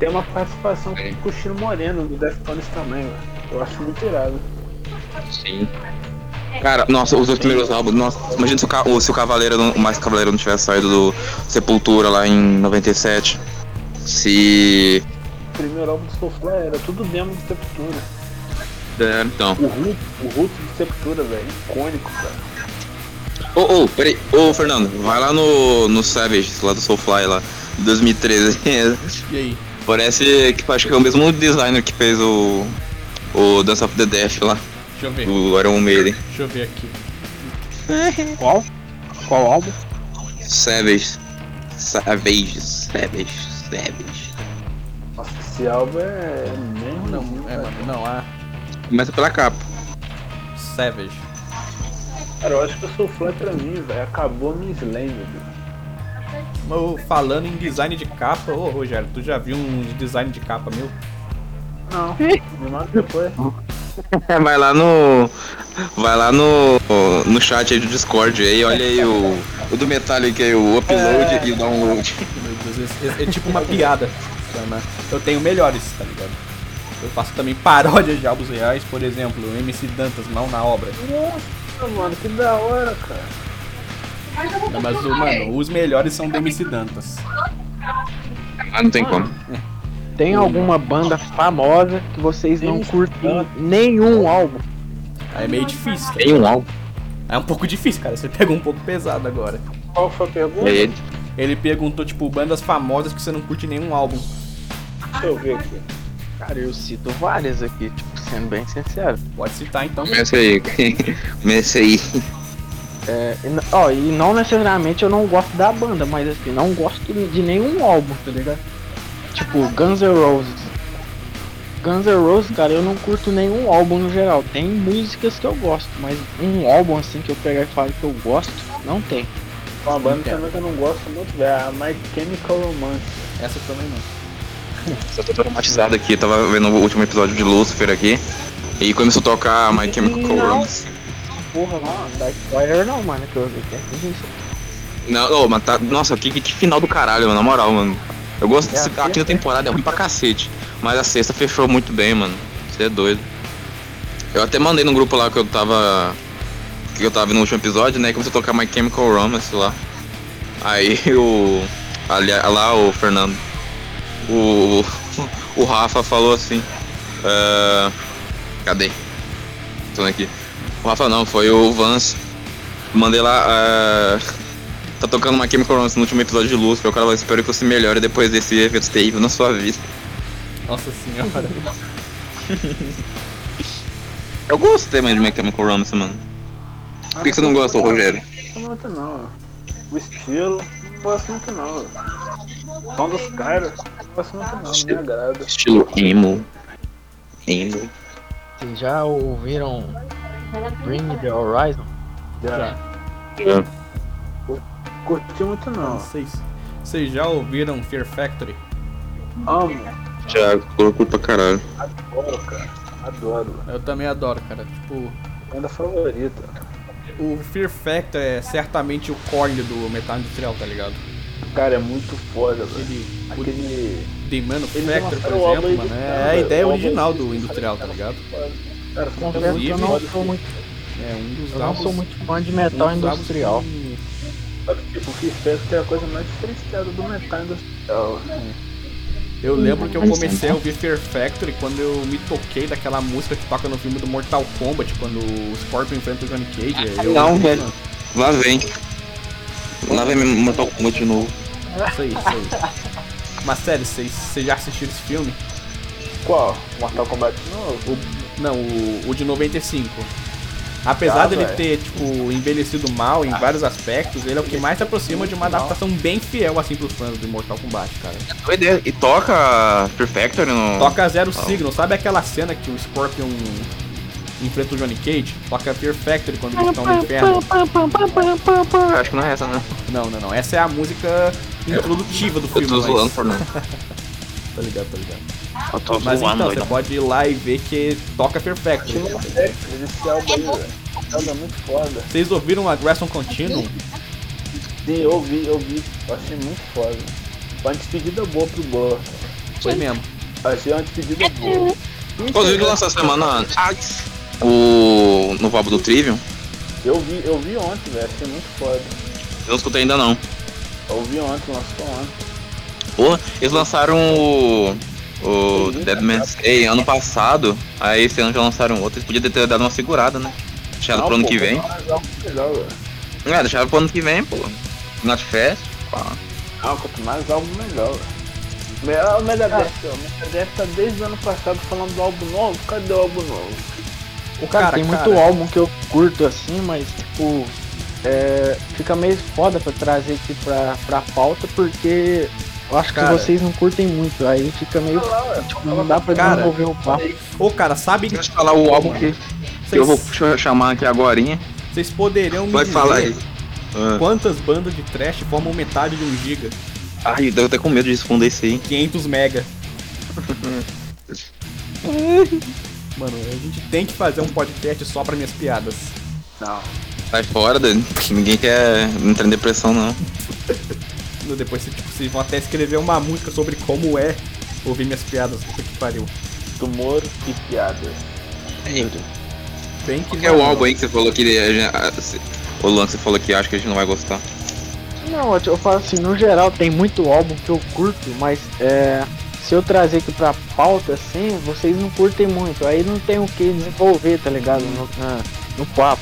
S4: Tem uma participação com o Chino Moreno, do Deftones também, velho. Eu acho muito irado.
S1: Sim. Cara, nossa, os dois primeiros álbuns, nossa, imagina se o, Ca- o- se o Cavaleiro, não, o Mais Cavaleiro não tivesse saído do Sepultura lá em 97. Se.
S4: O primeiro álbum do Superfly era tudo demo de Sepultura.
S1: É, então.
S4: O Hulk, o Hulk de Sepultura, velho, icônico, cara.
S1: Ô, ô, peraí. Ô, Fernando, vai lá no, no Savage, lá do Soulfly, lá, de 2013.
S2: E aí?
S1: Parece que acho que é o mesmo designer que fez o. O Dance of the Death lá,
S2: Deixa eu ver.
S1: do Iron Maiden.
S2: Deixa eu ver aqui.
S4: Qual? Qual álbum?
S1: Savage. Savage. Savage. Savage.
S4: Nossa, esse álbum é mesmo não,
S2: É, mano, não, a
S1: Começa pela capa.
S2: Savage.
S4: Cara, eu acho que eu sou fã pra mim, velho. Acabou a minha Slender, velho.
S2: Ô, falando em design de capa, ô Rogério, tu já viu um design de capa meu?
S4: Não. Me manda depois.
S1: Vai lá no. Vai lá no. No chat aí do Discord aí, olha aí o. O do Metallica aí, o upload e o download.
S2: Meu Deus, esse- esse- é, tipo uma piada. Chama. Eu tenho melhores, tá ligado? Eu faço também paródias de álbuns reais, por exemplo, o MC Dantas, mal na obra.
S4: Nossa, mano, que da hora, cara.
S2: Não, mas, o, mano, os melhores são do MC Dantas.
S1: Ah, não tem como.
S3: Tem alguma banda famosa que vocês não
S4: Tem
S3: curtem nenhum álbum?
S2: Aí é meio difícil, tá?
S1: Tem um álbum.
S2: Aí É um pouco difícil, cara. Você pegou um pouco pesado agora.
S4: Qual foi a pergunta?
S1: É,
S2: Ele perguntou, tipo, bandas famosas que você não curte nenhum álbum.
S4: Deixa eu ver aqui.
S3: Cara, eu cito várias aqui, tipo, sendo bem sincero.
S2: Pode citar, então.
S1: começa aí. Começa aí.
S3: É, e, n- ó, e não necessariamente eu não gosto da banda, mas assim, não gosto de nenhum álbum, tá ligado? Tipo, Guns N' Roses. Guns N' Roses, cara, eu não curto nenhum álbum no geral. Tem músicas que eu gosto, mas um álbum assim que eu pegar e falar que eu gosto, não tem.
S4: Uma banda
S2: Entendo.
S4: também que eu não gosto muito, velho. é A My Chemical Romance.
S2: Essa também não.
S1: Só tô traumatizado aqui, tava vendo o último episódio de Lucifer aqui. E começou a tocar My Chemical
S3: Não.
S1: Romance.
S3: Porra, mano,
S4: Ah,
S3: Dark
S4: tá.
S3: Fire não, mano, que eu vi que é isso.
S1: Não, ô, mas tá. Nossa, que, que final do caralho, mano. Na moral, mano. Eu gosto
S3: É a
S1: desse.
S3: sexta,
S1: A quinta temporada é ruim pra cacete. Mas a sexta fechou muito bem, mano. Você é doido. Eu até mandei no grupo lá que eu tava. Que eu tava no último episódio, né? Que começou a tocar My Chemical Romance lá. Aí o. Ali, lá o Fernando. O. O Rafa falou assim. ah, cadê? Tô aqui. O Rafa não, foi o Vance. Mandei lá. ah, Tá tocando uma Chemical Romance no último episódio de Lúcifer, o cara lá, espero que você melhore depois desse evento terrível na sua vida.
S2: Nossa senhora.
S1: Eu gostei mais de My Chemical Romance, mano. Por que, que você não gosta, Rogério?
S4: Não gosto muito, não. O estilo, não gosto muito, não. O som dos caras, não gosto muito, não. Não me agrada.
S1: Estilo emo. Emo.
S3: Vocês já ouviram Bring Me The Horizon?
S4: Já.
S1: É.
S4: Curti muito, não.
S2: Vocês, vocês já ouviram Fear Factory?
S4: Amo.
S1: Já colocou pra caralho.
S4: Adoro, cara. Adoro.
S2: Eu também adoro, cara. Tipo,
S4: Banda favorita.
S2: o Fear Factory é certamente o corne do metal industrial, tá ligado?
S4: Cara, é muito foda, velho.
S2: Ele,
S4: Aquele.
S2: o Demano
S4: Ele
S2: Factory, por
S4: lançaram o álbum
S2: exemplo, mano, é a
S4: original,
S2: ideia
S4: o álbum
S2: original do
S4: original,
S2: industrial, tá
S4: cara.
S2: ligado?
S4: Cara, foi um
S3: Confesso que eu não
S4: foda,
S3: sou muito,
S2: É um dos
S3: eu não sou
S2: álbuns.
S3: muito fã de
S2: um
S3: metal
S2: dos álbuns
S3: industrial.
S2: que-
S4: assim. Tipo, o Fifth que é a coisa mais diferenciada do metal industrial.
S2: Eu lembro que eu comecei a ouvir Fear Factory quando eu me toquei daquela música que toca no filme do Mortal Kombat, quando o Scorpion enfrenta o Johnny Cage. Eu...
S1: Não, um velho. Lá vem. Lá vem Mortal Kombat de novo.
S2: Isso aí, isso aí. Mas sério, vocês vocês já assistiram esse filme?
S4: Qual? Mortal Kombat novo?
S2: O, não, o, o de 95. Apesar
S4: Ah,
S2: dele
S4: velho.
S2: ter, tipo, envelhecido mal em vários aspectos, ele é o que mais se aproxima de uma adaptação bem fiel, assim, pros fãs do Mortal Kombat, cara.
S1: Doideira. E toca Perfector no.
S2: Toca Zero
S1: Ah.
S2: Signo, sabe aquela cena que o Scorpion enfrenta o Johnny Cage? Toca Fear Factory quando eles estão no inferno.
S1: Acho que não é essa, né?
S2: Não, não, não. Essa é a música introdutiva do filme.
S1: Eu tô
S2: mas-
S1: zoando, Fernando.
S2: Tá ligado, tá ligado.
S1: Eu tô
S2: Mas
S1: zoando,
S2: então, você
S1: doidão.
S2: pode ir lá e ver que toca Perfect.
S4: Tinha uma série desse álbum aí, velho. Esse álbum é muito foda.
S2: Vocês ouviram Aggression Continuum?
S4: Sim, eu vi, eu vi. Eu achei muito foda. Foi uma despedida boa pro Boa.
S2: Foi mesmo.
S4: Achei uma despedida boa.
S1: Inclusive lançou essa semana Axe, o novo álbum do Trivium.
S4: Eu vi, eu vi ontem, velho. Achei muito foda.
S1: Eu não escutei ainda não.
S4: Eu vi ontem, lançou ontem.
S1: Pô, eles lançaram o. O Dead Man's Day ano passado, aí esse ano já lançaram outro, eles podiam ter dado uma segurada, né? Deixado
S4: Não,
S1: pro ano
S4: pô,
S1: que vem.
S4: mas é um álbum legal, velho.
S1: É, deixava pro ano que vem, pô. Notfest, pá.
S4: Ah, quanto mais álbum, melhor. velho. Melhor o Megadeth, ó. O Megadeth tá desde o ano passado falando do álbum novo. Cadê o álbum novo?
S2: O
S3: Cara,
S2: cara,
S3: tem
S2: cara,
S3: muito álbum que eu curto assim, mas tipo. é, fica meio foda pra trazer aqui pra, pra pauta, porque eu acho
S2: Cara.
S3: que vocês não curtem muito. Aí fica meio. Tipo, não dá pra
S2: Cara.
S3: desenvolver o papo.
S2: Ô, cara, sabe que
S1: Deixa eu falar o álbum que eu vou
S2: vocês, Uhum.
S1: ch- chamar aqui agorinha.
S2: vocês poderiam me
S1: Vai
S2: dizer
S1: falar aí. Ah.
S2: quantas bandas de trash formam metade de um giga?
S1: Ai, eu tô até com medo de esconder isso aí.
S2: 500 mega. Mano, a gente tem que fazer um podcast só pra minhas piadas.
S4: Não.
S1: Sai fora, Dani. Ninguém quer entrar em depressão, não.
S2: No- Depois tipo, vocês vão até escrever uma música sobre como é ouvir minhas piadas. Puta que pariu.
S4: Tumor e piadas.
S2: Tem que.
S1: É Qual que é o álbum aí que você falou que. a gente- a- se- O Luan, que você falou que acha que a gente não vai gostar.
S3: Não, eu, te- eu falo assim, no geral tem muito álbum que eu curto, mas é, se eu trazer aqui pra pauta assim, vocês não curtem muito. Aí não tem o que desenvolver, tá ligado? No, na- no papo.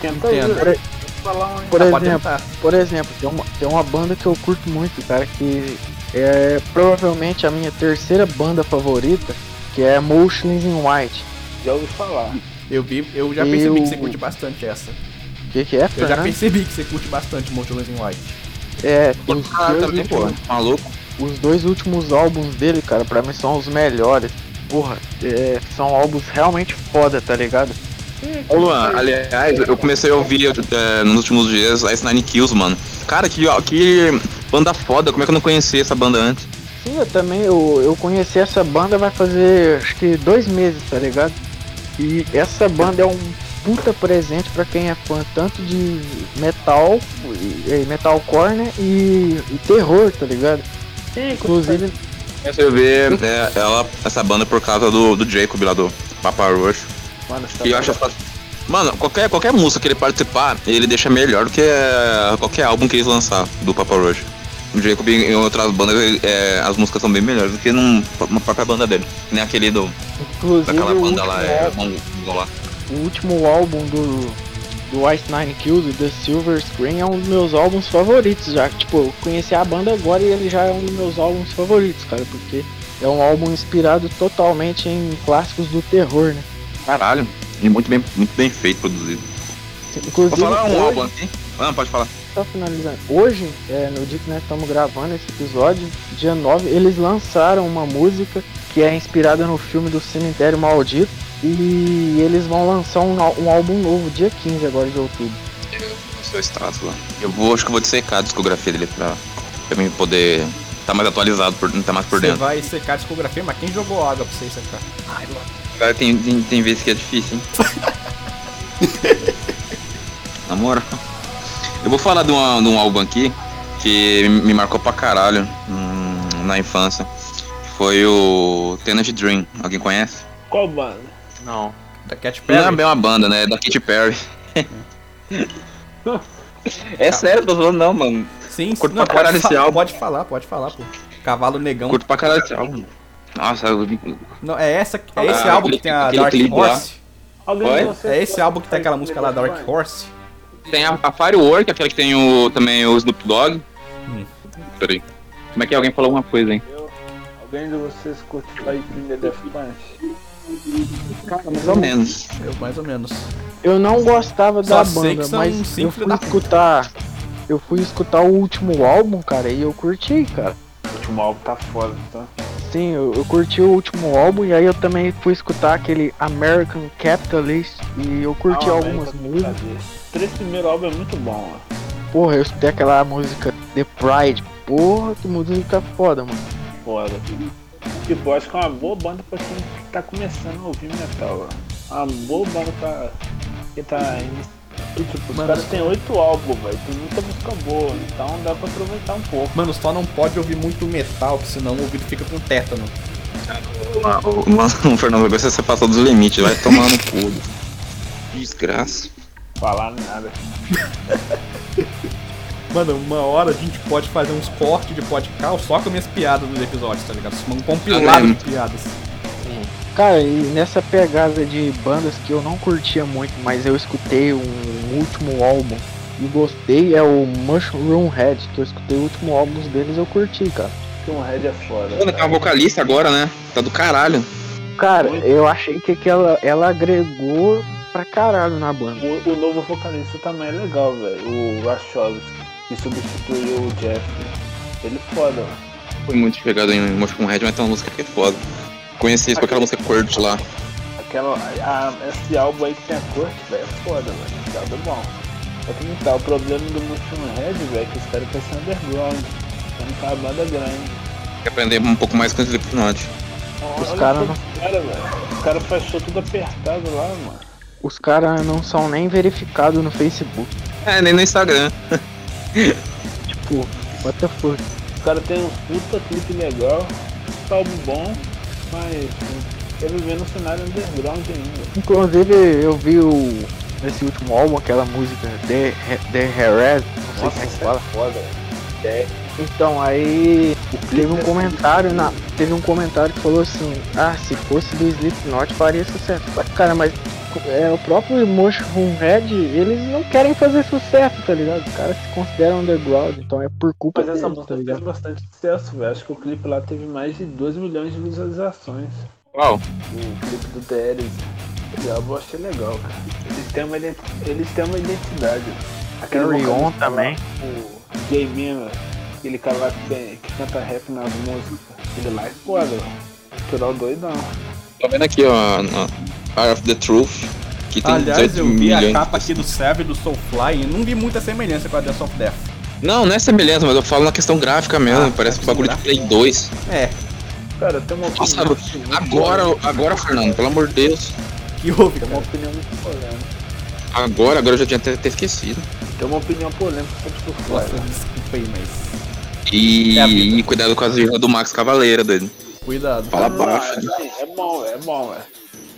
S4: Tenta
S2: Entendo.
S4: aí, falar um.
S3: Por
S2: Ah, pode
S3: exemplo,
S2: tentar.
S3: por exemplo, tem uma, tem uma banda que eu curto muito, cara, que é provavelmente a minha terceira banda favorita, que é Motionless in White.
S4: Já ouvi falar.
S2: Eu vi, eu já
S3: Eu-
S2: percebi que você curte bastante essa.
S3: O que, que é,
S2: Eu já
S3: Fernando?
S2: percebi que você curte bastante Monte Lens in White.
S3: É, os,
S1: Ah,
S3: dois
S1: também, pô.
S3: últimos,
S1: Maluco.
S3: os dois últimos álbuns dele, cara, pra mim são os melhores. Porra, é, são álbuns realmente foda, tá ligado?
S1: Ô Luan, aliás, eu comecei a ouvir é, nos últimos dias Ice Nine Kills, mano. Cara, que, que banda foda, como é que eu não conhecia essa banda antes?
S3: Sim, eu também, eu, eu conheci essa banda vai fazer acho que dois meses, tá ligado? E essa banda é um puta presente pra quem é fã tanto de metal, e- e metalcore, né? E, e terror, tá ligado? Inclusive,
S1: Comecei a ver é, ela, essa banda por causa do, do Jacob lá do Papa Roach.
S4: Mano, você tá
S1: E eu acho foda. Mano, qualquer, qualquer música que ele participar, ele deixa melhor do que é, qualquer álbum que eles lançar do Papa Roach. O Jacob em outras bandas, ele- é, as músicas são bem melhores do que num- numa própria banda dele. Que Nem aquele do,
S3: inclusive
S1: daquela
S3: o,
S1: banda
S3: último,
S1: lá, é,
S3: álbum-
S1: Mongol lá.
S3: o último álbum do do Ice Nine Kills e The Silver Screen é um dos meus álbuns favoritos já. Tipo, eu conheci a banda agora e ele já é um dos meus álbuns favoritos, cara, porque é um álbum inspirado totalmente em clássicos do terror, né?
S1: Caralho. E muito bem, muito bem feito, produzido. Vou
S3: Inclusive,
S1: falar um
S3: hoje,
S1: álbum aqui. Ah, não, pode falar.
S3: só finalizando. Hoje, é, no dia que nós estamos gravando esse episódio, dia 9, eles lançaram uma música que é inspirada no filme do Cemitério Maldito. E eles vão lançar um, al- um álbum novo dia 15 agora de outubro.
S1: no seu status lá. Eu vou, acho que eu vou dissecar a discografia dele pra, pra mim poder estar mais atualizado, por, não tá mais por
S2: Você
S1: dentro.
S2: vai secar a discografia, mas quem jogou água pra você secar?
S1: Cara, tem, tem, tem vezes que é difícil, hein? Na moral. Eu vou falar de, uma, de um álbum aqui que me marcou pra caralho hum, na infância. que Foi o Tenant Dream. Alguém conhece?
S4: Qual banda?
S3: Não.
S2: Da Cat Perry?
S1: Não é bem uma banda, né? É da Katy Perry. é sério, tô falando não, mano.
S2: Sim, sim.
S1: Curto pra caralho
S2: pode,
S1: esse
S2: falar,
S1: álbum.
S2: pode falar, pode falar, pô. Cavalo Negão.
S1: Curto pra caralho esse álbum. Nossa, eu
S2: Não, é essa, é esse
S1: Ah,
S2: álbum que
S1: aquele-
S2: tem a
S1: aquele
S2: Dark
S1: clipe lá.
S2: Horse?
S4: Alguém
S1: Oi?
S4: de vocês
S2: É esse
S4: gosta
S2: álbum que
S4: de
S2: tem aquela
S4: Fight
S2: música lá,
S4: Metal
S2: Dark
S4: Boy?
S2: Horse?
S1: Tem a, a Firework, aquela que tem o, também o Snoop Dogg.
S2: Hum.
S1: Peraí. Como é que alguém falou alguma coisa, hein?
S4: Alguém de vocês curte Fight Finger Death Punch?
S1: Mais ou menos.
S2: Eu, mais ou menos.
S3: Eu não gostava
S2: Só
S3: da
S2: sei que
S3: banda,
S2: são
S3: mas
S2: cinco filho
S3: eu fui
S2: da puta.
S3: escutar. Eu fui escutar o último álbum, cara, e eu curti, cara.
S4: O último álbum tá foda, tá?
S3: Sim, eu, eu curti o último álbum e aí eu também fui escutar aquele American Capitalist e eu curti
S4: Ah,
S3: algumas
S4: velho,
S3: músicas.
S4: Os três primeiros álbuns é muito bom, mano.
S3: Porra, eu escutei aquela música The Pride. Porra, que música foda, mano.
S4: Foda. Tipo, eu acho que é uma boa banda pra quem tá começando a ouvir metal, mano. Uma boa banda pra quem tá em... E, tipo, os
S2: Mano,
S4: caras
S2: você-
S4: têm oito álbuns, velho. Tem muita música boa, então dá pra aproveitar um pouco.
S2: Mano, só não pode ouvir muito metal, que senão o ouvido fica com tétano.
S1: Mano, Fernando, agora você passou dos limites, vai tomar no cu. Desgraça.
S4: Falar nada.
S2: Mano, uma hora a gente pode fazer uns cortes de podcast só com minhas piadas nos episódios, tá ligado? Um compilado de piadas.
S3: Cara, e nessa pegada de bandas que eu não curtia muito, mas eu escutei um último álbum e gostei é o Mushroom Head, que eu escutei o último álbum deles eu curti, cara.
S4: Porque um Red é foda.
S1: Mano, tem uma vocalista agora, né? Tá do caralho.
S3: Cara,
S4: Muito.
S3: eu achei que, que ela, ela agregou pra caralho na banda.
S4: O, o novo vocalista também é legal, velho. O Rachovski, que substituiu o Jeff. Ele é foda, mano.
S1: Foi muito chegado em Mushroom Head, mas tem uma música que é foda. Conheci isso com aquela música Curtis lá.
S4: Aquela, a- a- esse álbum aí que tem a corte, velho, é foda, velho. Esse álbum é bom. Só que não tá. O problema do Mushroom Red, velho, é que os caras querem ser underground. Então não tá a banda grande.
S1: Quer aprender um pouco mais com o Slipknot.
S3: Os
S4: Olha
S3: cara
S4: só
S3: não-
S4: Os caras, velho. Os caras fechou tudo apertado lá, mano.
S3: Os caras não são nem verificados no Facebook.
S1: É, nem no Instagram.
S3: Tipo, what the fuck?
S4: Os caras têm uns puta clipe legal, um álbum bom, mas tá vivendo um cenário underground ainda.
S3: Inclusive eu vi o nesse último álbum aquela música The, The Harass, não sei como é que
S4: isso
S3: fala.
S4: foda. É,
S3: Então, aí teve um comentário na. Teve um comentário que falou assim, ah, se fosse do Slipknot faria sucesso. Mas, Cara, mas é, o próprio Mushroom Head, eles não querem fazer sucesso, tá ligado? Os caras se consideram underground, então é por culpa
S4: mas essa
S3: deles, tá
S4: música
S3: ligado?
S4: fez bastante sucesso, velho. Acho que o clipe lá teve mais de 2 milhões de visualizações.
S1: Uau.
S4: O clipe do Teres. Esse álbum eu achei legal, cara. Eles têm uma, ident- eles têm uma identidade.
S3: Carry
S4: vocalista
S3: On
S4: lá,
S3: também.
S4: O Jay Mina, aquele cara lá que, tem- que canta rap nas músicas. Ele lá é foda, velho. Natural doidão.
S1: Tô vendo aqui, ó, no Fire of the Truth, que tem
S2: Aliás,
S1: 18
S2: eu vi
S1: milhões.
S2: a capa aqui do Savage do Soulfly e não vi muita semelhança com a Death of Death.
S1: Não, não é semelhança, mas eu falo na questão gráfica mesmo.
S2: Ah,
S1: parece um
S2: questão
S1: bagulho de Play 2.
S2: É,
S4: Cara, tem uma opinião.
S1: Nossa, agora, agora, Fernando, pelo amor de Deus.
S2: que houve,
S4: Tem uma
S2: cara.
S4: opinião muito polêmica.
S1: Agora, agora eu já tinha até, até esquecido.
S4: Tem uma opinião polêmica sobre o
S2: Nossa,
S4: Surfly.
S2: desculpa aí, mas.
S1: E,
S2: É a vida. Ah,
S1: e cuidado com as vírgulas do Max Cavaleira, doido.
S2: Cuidado.
S1: Fala baixo. né?
S4: Ah, É bom, é bom, velho.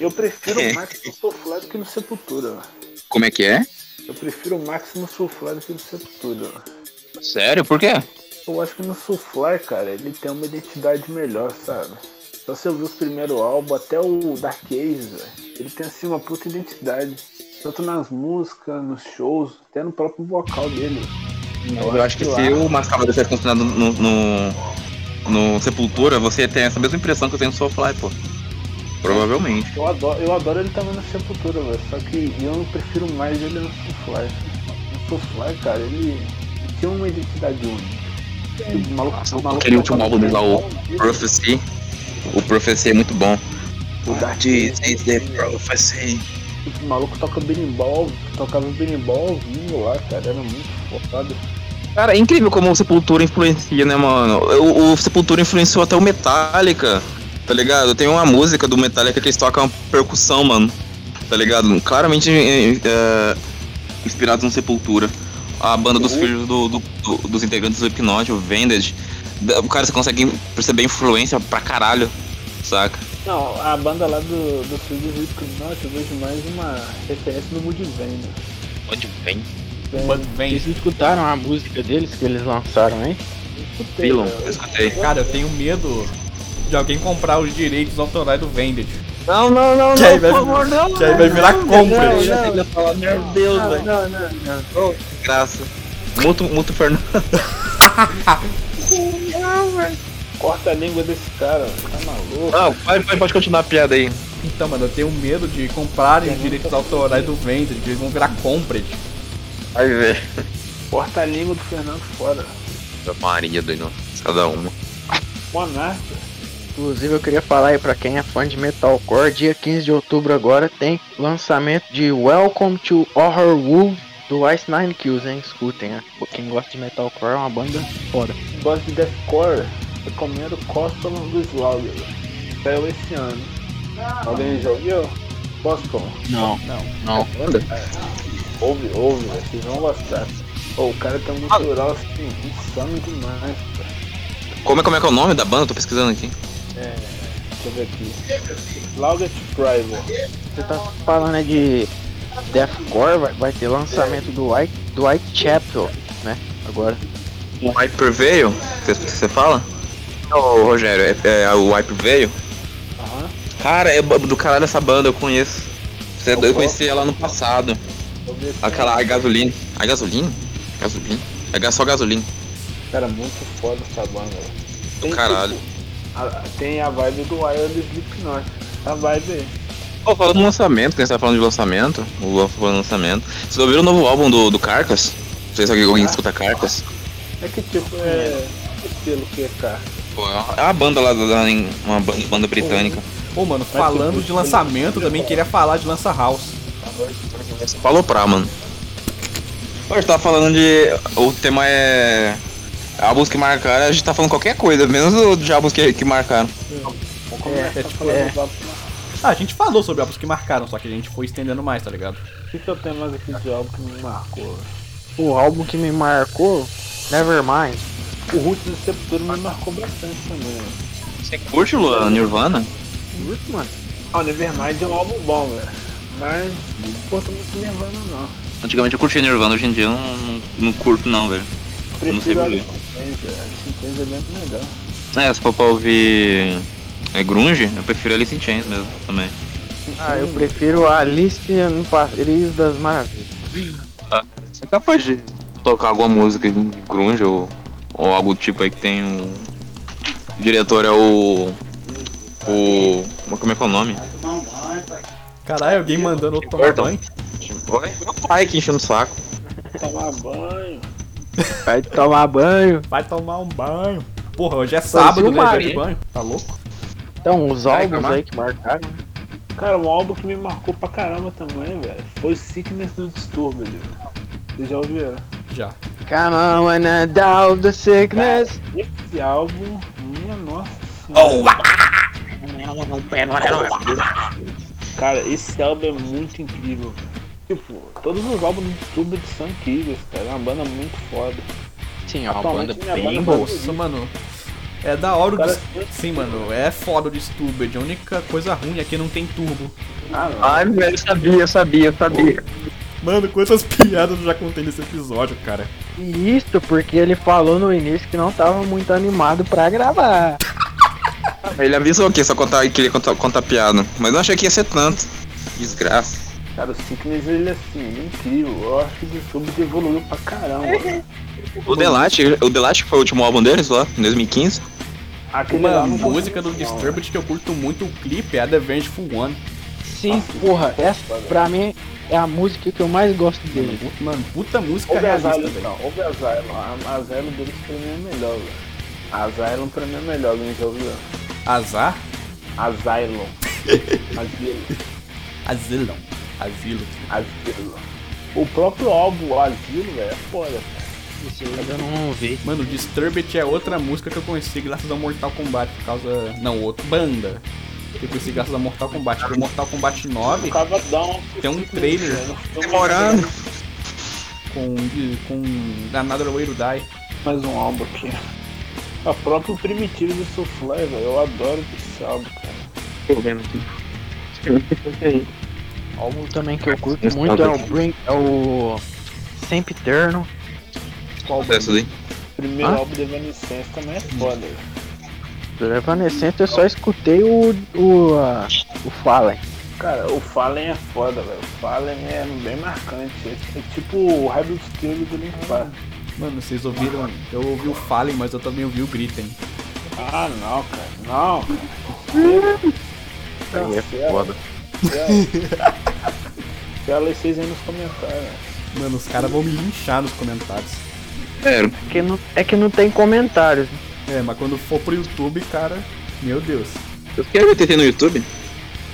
S4: Eu prefiro o Max no Surfly do que no Sepultura, velho.
S1: Como é que é?
S4: Eu prefiro o Max no Surfly do que no Sepultura, velho.
S1: Sério? Por quê?
S4: Eu acho que no Surfly, cara, ele tem uma identidade melhor, sabe? Se você ouvir os primeiros álbuns, até o Dark Ages, velho, ele tem assim uma puta identidade. Tanto nas músicas, nos shows, até no próprio vocal dele.
S1: Então, Eu acho que se o Max Cavaleira tivesse continuado no, no, no Sepultura, você tem essa mesma impressão que eu tenho no Soulfly, pô. Provavelmente.
S4: Eu adoro, eu adoro ele também no Sepultura, velho. Só que eu prefiro mais ele no Soulfly. No Soulfly, cara, ele tinha uma identidade única. O maluco, o maluco tá um
S1: Aquele último
S4: tocava
S1: álbum dele lá, o
S4: bem,
S1: Prophecy. O Prophecy é muito bom.
S4: O Dark
S1: Jesus the Prophecy.
S4: O maluco toca berimbau, tocava berimbau ao vivo lá, cara. Era muito foda.
S1: Cara, é incrível como o Sepultura influencia, né, mano? O, o Sepultura influenciou até o Metallica, tá ligado? Tem uma música do Metallica que eles tocam percussão, mano. Tá ligado? Claramente é, é, inspirado no Sepultura. A banda dos
S4: Uhum.
S1: filhos do- do- do- dos integrantes do Hipnot, o Vended. Da- O cara, você consegue perceber a influência pra caralho, saca?
S4: Não, a banda lá do, do Filho do Rico, nossa, eu vejo mais uma referência do Mood Vane.
S1: Onde vem?
S2: Bud Vance.
S3: Vocês escutaram a música deles que eles lançaram, hein?
S1: Pillon, eu escutei.
S2: Cara, eu tenho medo de alguém comprar os direitos autorais do Vended.
S1: Não, não, não,
S2: Que aí vai, que aí vai virar compra.
S1: Meu
S4: Ah,
S1: Deus, velho.
S3: não, não.
S1: Graça. Muito, muito Fernando.
S4: Corta a língua desse cara, tá maluco.
S1: Não, pode, pode- pode continuar a piada aí.
S2: Então, mano, eu tenho medo de comprarem os direitos autorais do Vended, que eles vão virar compra.
S1: Vai ver.
S4: Corta a língua do Fernando fora.
S1: Maria, doido. Cada uma.
S4: Monarca.
S3: Inclusive eu queria falar aí pra quem é fã de metalcore, dia 15 de outubro agora tem lançamento de Welcome to Horror Wolf do Ice Nine Kills, hein? Escutem, né? quem gosta de metalcore é uma banda foda.
S4: gosto de deathcore, recomendo Costum do Slaughter. Saiu esse ano. Alguém já ouviu? Costum.
S3: Não, não.
S4: Ouve, ouve, velho, vocês vão gostar. Ô, o cara tá um natural assim, insano demais. cara.
S1: Como é, como é que é o nome da banda? Tô pesquisando aqui.
S4: É, deixa eu ver aqui. Slaughter Prival.
S3: Você tá falando né, de deathcore, vai, vai ter lançamento do White, do White Chapel, né? Agora.
S1: O Hyper veio? Você, você fala? Ô, Rogério, é, é o Hyper veio?
S4: Aham.
S1: Cara, é ba- do caralho essa banda, eu conheço. Você é doido, Eu conheci ela no passado. Aquela a gasolina. A gasolina? Gasolina? É só gasolina.
S4: Cara, é muito foda essa banda. velho. Tem,
S1: caralho.
S4: tipo, a- tem a vibe do Wild Slipknot. A vibe.
S1: Pô, falando do lançamento, quem está falando de lançamento, o Luan falou de lançamento. Vocês ouviram o novo álbum do, do Carcas? Não sei se alguém alguém escuta Carcas.
S4: É que tipo, é. que Estilo que é, cara.
S1: Pô, é uma banda lá, da, da- em- uma banda, banda britânica.
S2: Pô, mano, falando de lançamento, também queria falar de Lança House.
S1: Falou pra, mano. Hoje tá falando de. O tema é. Álbuns que marcaram, a gente tá falando qualquer coisa, menos o de álbuns que, que marcaram.
S2: É, tipo, é. Ah, a gente falou sobre álbuns que marcaram, só que a gente foi estendendo mais, tá ligado?
S4: O que, que eu tenho mais aqui de álbum que me marcou? velho?
S3: O álbum que me marcou, Nevermind.
S4: O Roots do Sepultura me marcou bastante também. velho.
S1: Você curte, Luan, Nirvana?
S3: Muito, mano.
S4: Ah, o Nevermind é um álbum bom, velho. Mas não curto muito Nirvana, não.
S1: Antigamente eu curtia Nirvana, hoje em dia eu não, não, não curto, não, velho. não sei
S4: Prefiro a
S1: por quê.
S4: Alice A Synthese é bem melhor.
S1: É, se for pra ouvir. É Grunge, eu prefiro Alice in Chains mesmo também.
S3: Ah, eu prefiro a Alice no Paris das Maravilhas.
S1: É capaz de tocar alguma música de grunge ou, ou algo do tipo aí que tem um... O diretor é o... O... Como é que é o nome?
S2: Caralho, alguém mandando outro tomar
S1: Gordon.
S2: banho.
S1: Oi? Meu pai que enchendo o saco.
S4: Tomar banho.
S3: Vai tomar banho.
S2: Vai tomar um banho. Porra, hoje é sábado, né? Já
S3: Maria.
S2: de banho. Tá louco?
S3: Então, os
S1: Vai
S3: álbuns
S1: tomar?
S3: aí que marcaram.
S4: Cara, um álbum que me marcou pra caramba também, velho. Foi o Sickness do Disturbed. velho. Vocês já ouviram?
S2: Já.
S3: Come on, wanna down the sickness.
S4: Esse álbum, minha nossa
S3: é
S4: senhora. Cara, esse álbum é muito incrível. velho. Tipo, todos os álbuns do Disturbed são incríveis, cara. É uma banda muito foda.
S3: Sim, é uma
S4: Atualmente,
S3: banda
S4: minha
S3: bem
S4: banda-
S3: boa.
S2: Nossa, mano. É da hora o
S4: Cara,
S2: dis- Sim, mano, é foda o Disturbed. A única coisa ruim é que não tem turbo.
S4: Ah, não.
S3: Ai, velho, sabia, sabia, sabia.
S2: Mano, quantas piadas eu já contei nesse episódio, cara.
S3: E isso porque ele falou no início que não tava muito animado pra gravar.
S1: Ele avisou que só contar, que ele ia contar, contar piada. Mas não achei que ia ser tanto. Desgraça.
S4: Cara, o Sickness, ele é assim, ele é incrível. Eu acho que o Disturbed evoluiu pra caramba. velho.
S1: O Delate, o Delate que foi o último álbum deles lá, em 2015.
S4: Aquele
S2: Uma
S4: lá não consigo,
S2: música do
S4: não,
S2: Disturbed que eu curto muito o clipe é a The Vengeful One.
S3: Sim, porra, essa pra mim é a música que eu mais gosto dele.
S2: Mano, puta música
S4: Ouve
S2: é realista,
S4: Asylum,
S2: velho.
S4: então. Ouve Asylum. A Asylum deles pra mim é melhor, velho. Asylum pra mim é melhor, alguém já ouviu?
S2: Azar?
S4: Asylum. Asilo.
S2: Asilão. Asilo.
S4: Asilo. O próprio álbum Asilo, velho, é foda.
S3: Isso eu ainda não ouvi.
S2: Mano, o Disturbed é outra música que eu consigo graças ao Mortal Kombat por causa. Não, outra banda. Que eu consigo graças ao Mortal Kombat. Porque o Mortal Kombat 9
S4: O cara dá um...
S2: Tem um trailer.
S1: Demorando.
S2: com. com. Another Way to Die.
S4: Mais um álbum aqui. É O próprio Primitivo do Soufflé, velho. Eu adoro esse álbum, cara.
S3: álbum também que eu curto muito é o Bring, é o Sempre Eterno.
S2: Qual
S1: É isso
S2: banda?
S1: daí.
S4: Primeiro
S3: Hã?
S4: álbum de Evanescence também é foda, velho.
S3: Do Evanescent eu só escutei o o ah, o Fallen.
S4: Cara, o Fallen é foda, velho. O Fallen é bem marcante. É, é tipo o Hybrid Theory do Link Park.
S2: Mano, vocês ouviram? Eu ouvi o Fallen, mas eu também ouvi o Gritem.
S4: Ah, não, cara. Não.
S3: Aí é
S4: foda. Fala vocês é aí nos comentários.
S2: Mano, os caras vão me linchar nos comentários.
S1: Sério.
S3: É que não, é que não tem comentários.
S2: É, mas quando for pro YouTube, cara. Meu Deus.
S1: Eu quero ver TT no YouTube.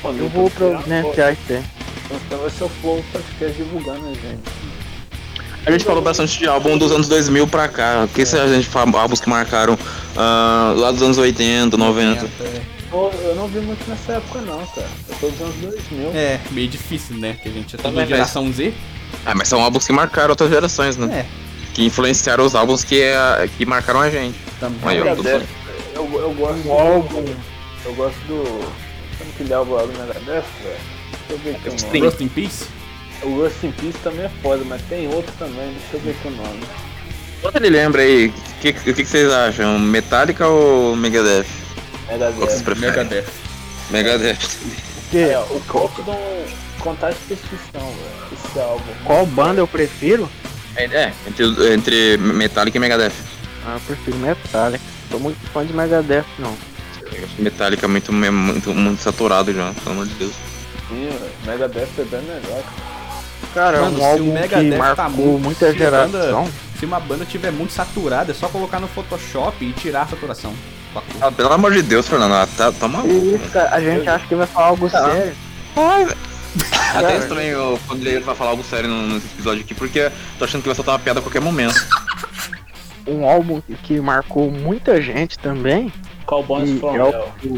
S4: Pô,
S3: Eu vou né, providenciar isso aí.
S4: é Então vai ser o povo podcast divulgando a gente.
S1: A gente falou bastante de álbum dos anos 2000 pra cá. O que se a gente fala álbuns que marcaram ah, lá dos anos 80, 90?
S4: Pô, eu não vi muito nessa época não, cara. Eu tô dos anos 2000.
S2: É, meio difícil, né? Que a gente é toda
S1: Também,
S2: geração Z.
S1: Ah, mas são álbuns que marcaram outras gerações, né?
S2: É.
S1: Que influenciaram os álbuns que, é- que marcaram a gente.
S2: Também.
S1: Aí, ó, tudo
S4: Cadê?
S1: bem.
S4: Eu, eu gosto do álbum. Eu gosto do... Como que ele é o álbum né? dessa, velho? Deixa eu ver aqui o nome.
S2: Rust in Peace?
S4: O Rust in Peace também é foda, mas tem outro também. Deixa eu ver aqui o nome.
S1: Quanto ele lembra aí? O que, que, que vocês acham? Metallica ou Megadeth?
S4: É da
S1: Qual que vocês
S4: Zé.
S1: preferem? Megadeth.
S4: É, o Cotton... contar de prescrição, velho. Esse álbum.
S3: Qual banda eu prefiro?
S1: É, é, entre, os- entre Metallica e Megadeth.
S3: Ah, eu prefiro Metallica. Tô muito fã de Megadeth, não.
S1: Eu acho Metallica é muito, é muito, muito saturado já, pelo amor de Deus.
S4: Sim, velho. Megadeth é bem melhor.
S3: Cara, é
S2: Mano, se
S3: um
S2: o
S3: álbum que
S2: Megadeth tá
S3: marcou
S2: muito-
S3: muita
S2: se a
S3: geração.
S2: Se uma banda tiver muito saturada, é só colocar no Photoshop e tirar a saturação. Pacu.
S1: Ah, pelo amor de Deus, Fernando, ah, tá, tá
S3: Que
S1: maluco. mano.
S3: isso, cara, a gente acha que vai falar algo
S1: Tá.
S3: sério.
S1: Até estranho eu poderia falar algo sério no- nesse episódio aqui, porque tô achando que vai soltar uma piada a qualquer momento.
S3: Um álbum que marcou muita gente também.
S4: Cowboys
S3: e
S4: from
S3: é o...
S4: Hell.
S3: Não,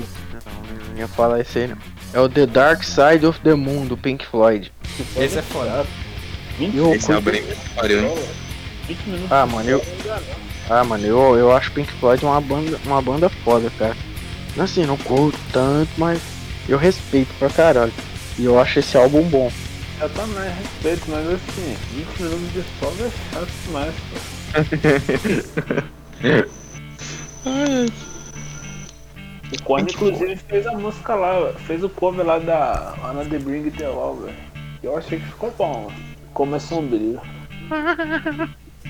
S3: não ia falar isso aí não. É o The Dark Side of the Moon, do Pink Floyd.
S2: Esse é foda.
S3: E eu
S1: Esse é o
S3: curto-
S1: brinco que pariu.
S4: 20 minutos.
S3: Ah, mano, eu. Ah, mano, eu, eu acho Pink Floyd uma banda, uma banda foda, cara. Assim, não curto tanto, mas eu respeito pra caralho. E eu acho esse álbum bom.
S4: Eu também respeito, mas assim, 20 minutos de folga é chato demais. pô. O Korn, inclusive, fez a música lá, velho. fez o cover lá da Ana The Bring The Wall, velho. Eu achei que ficou bom, mano. Como é sombrio.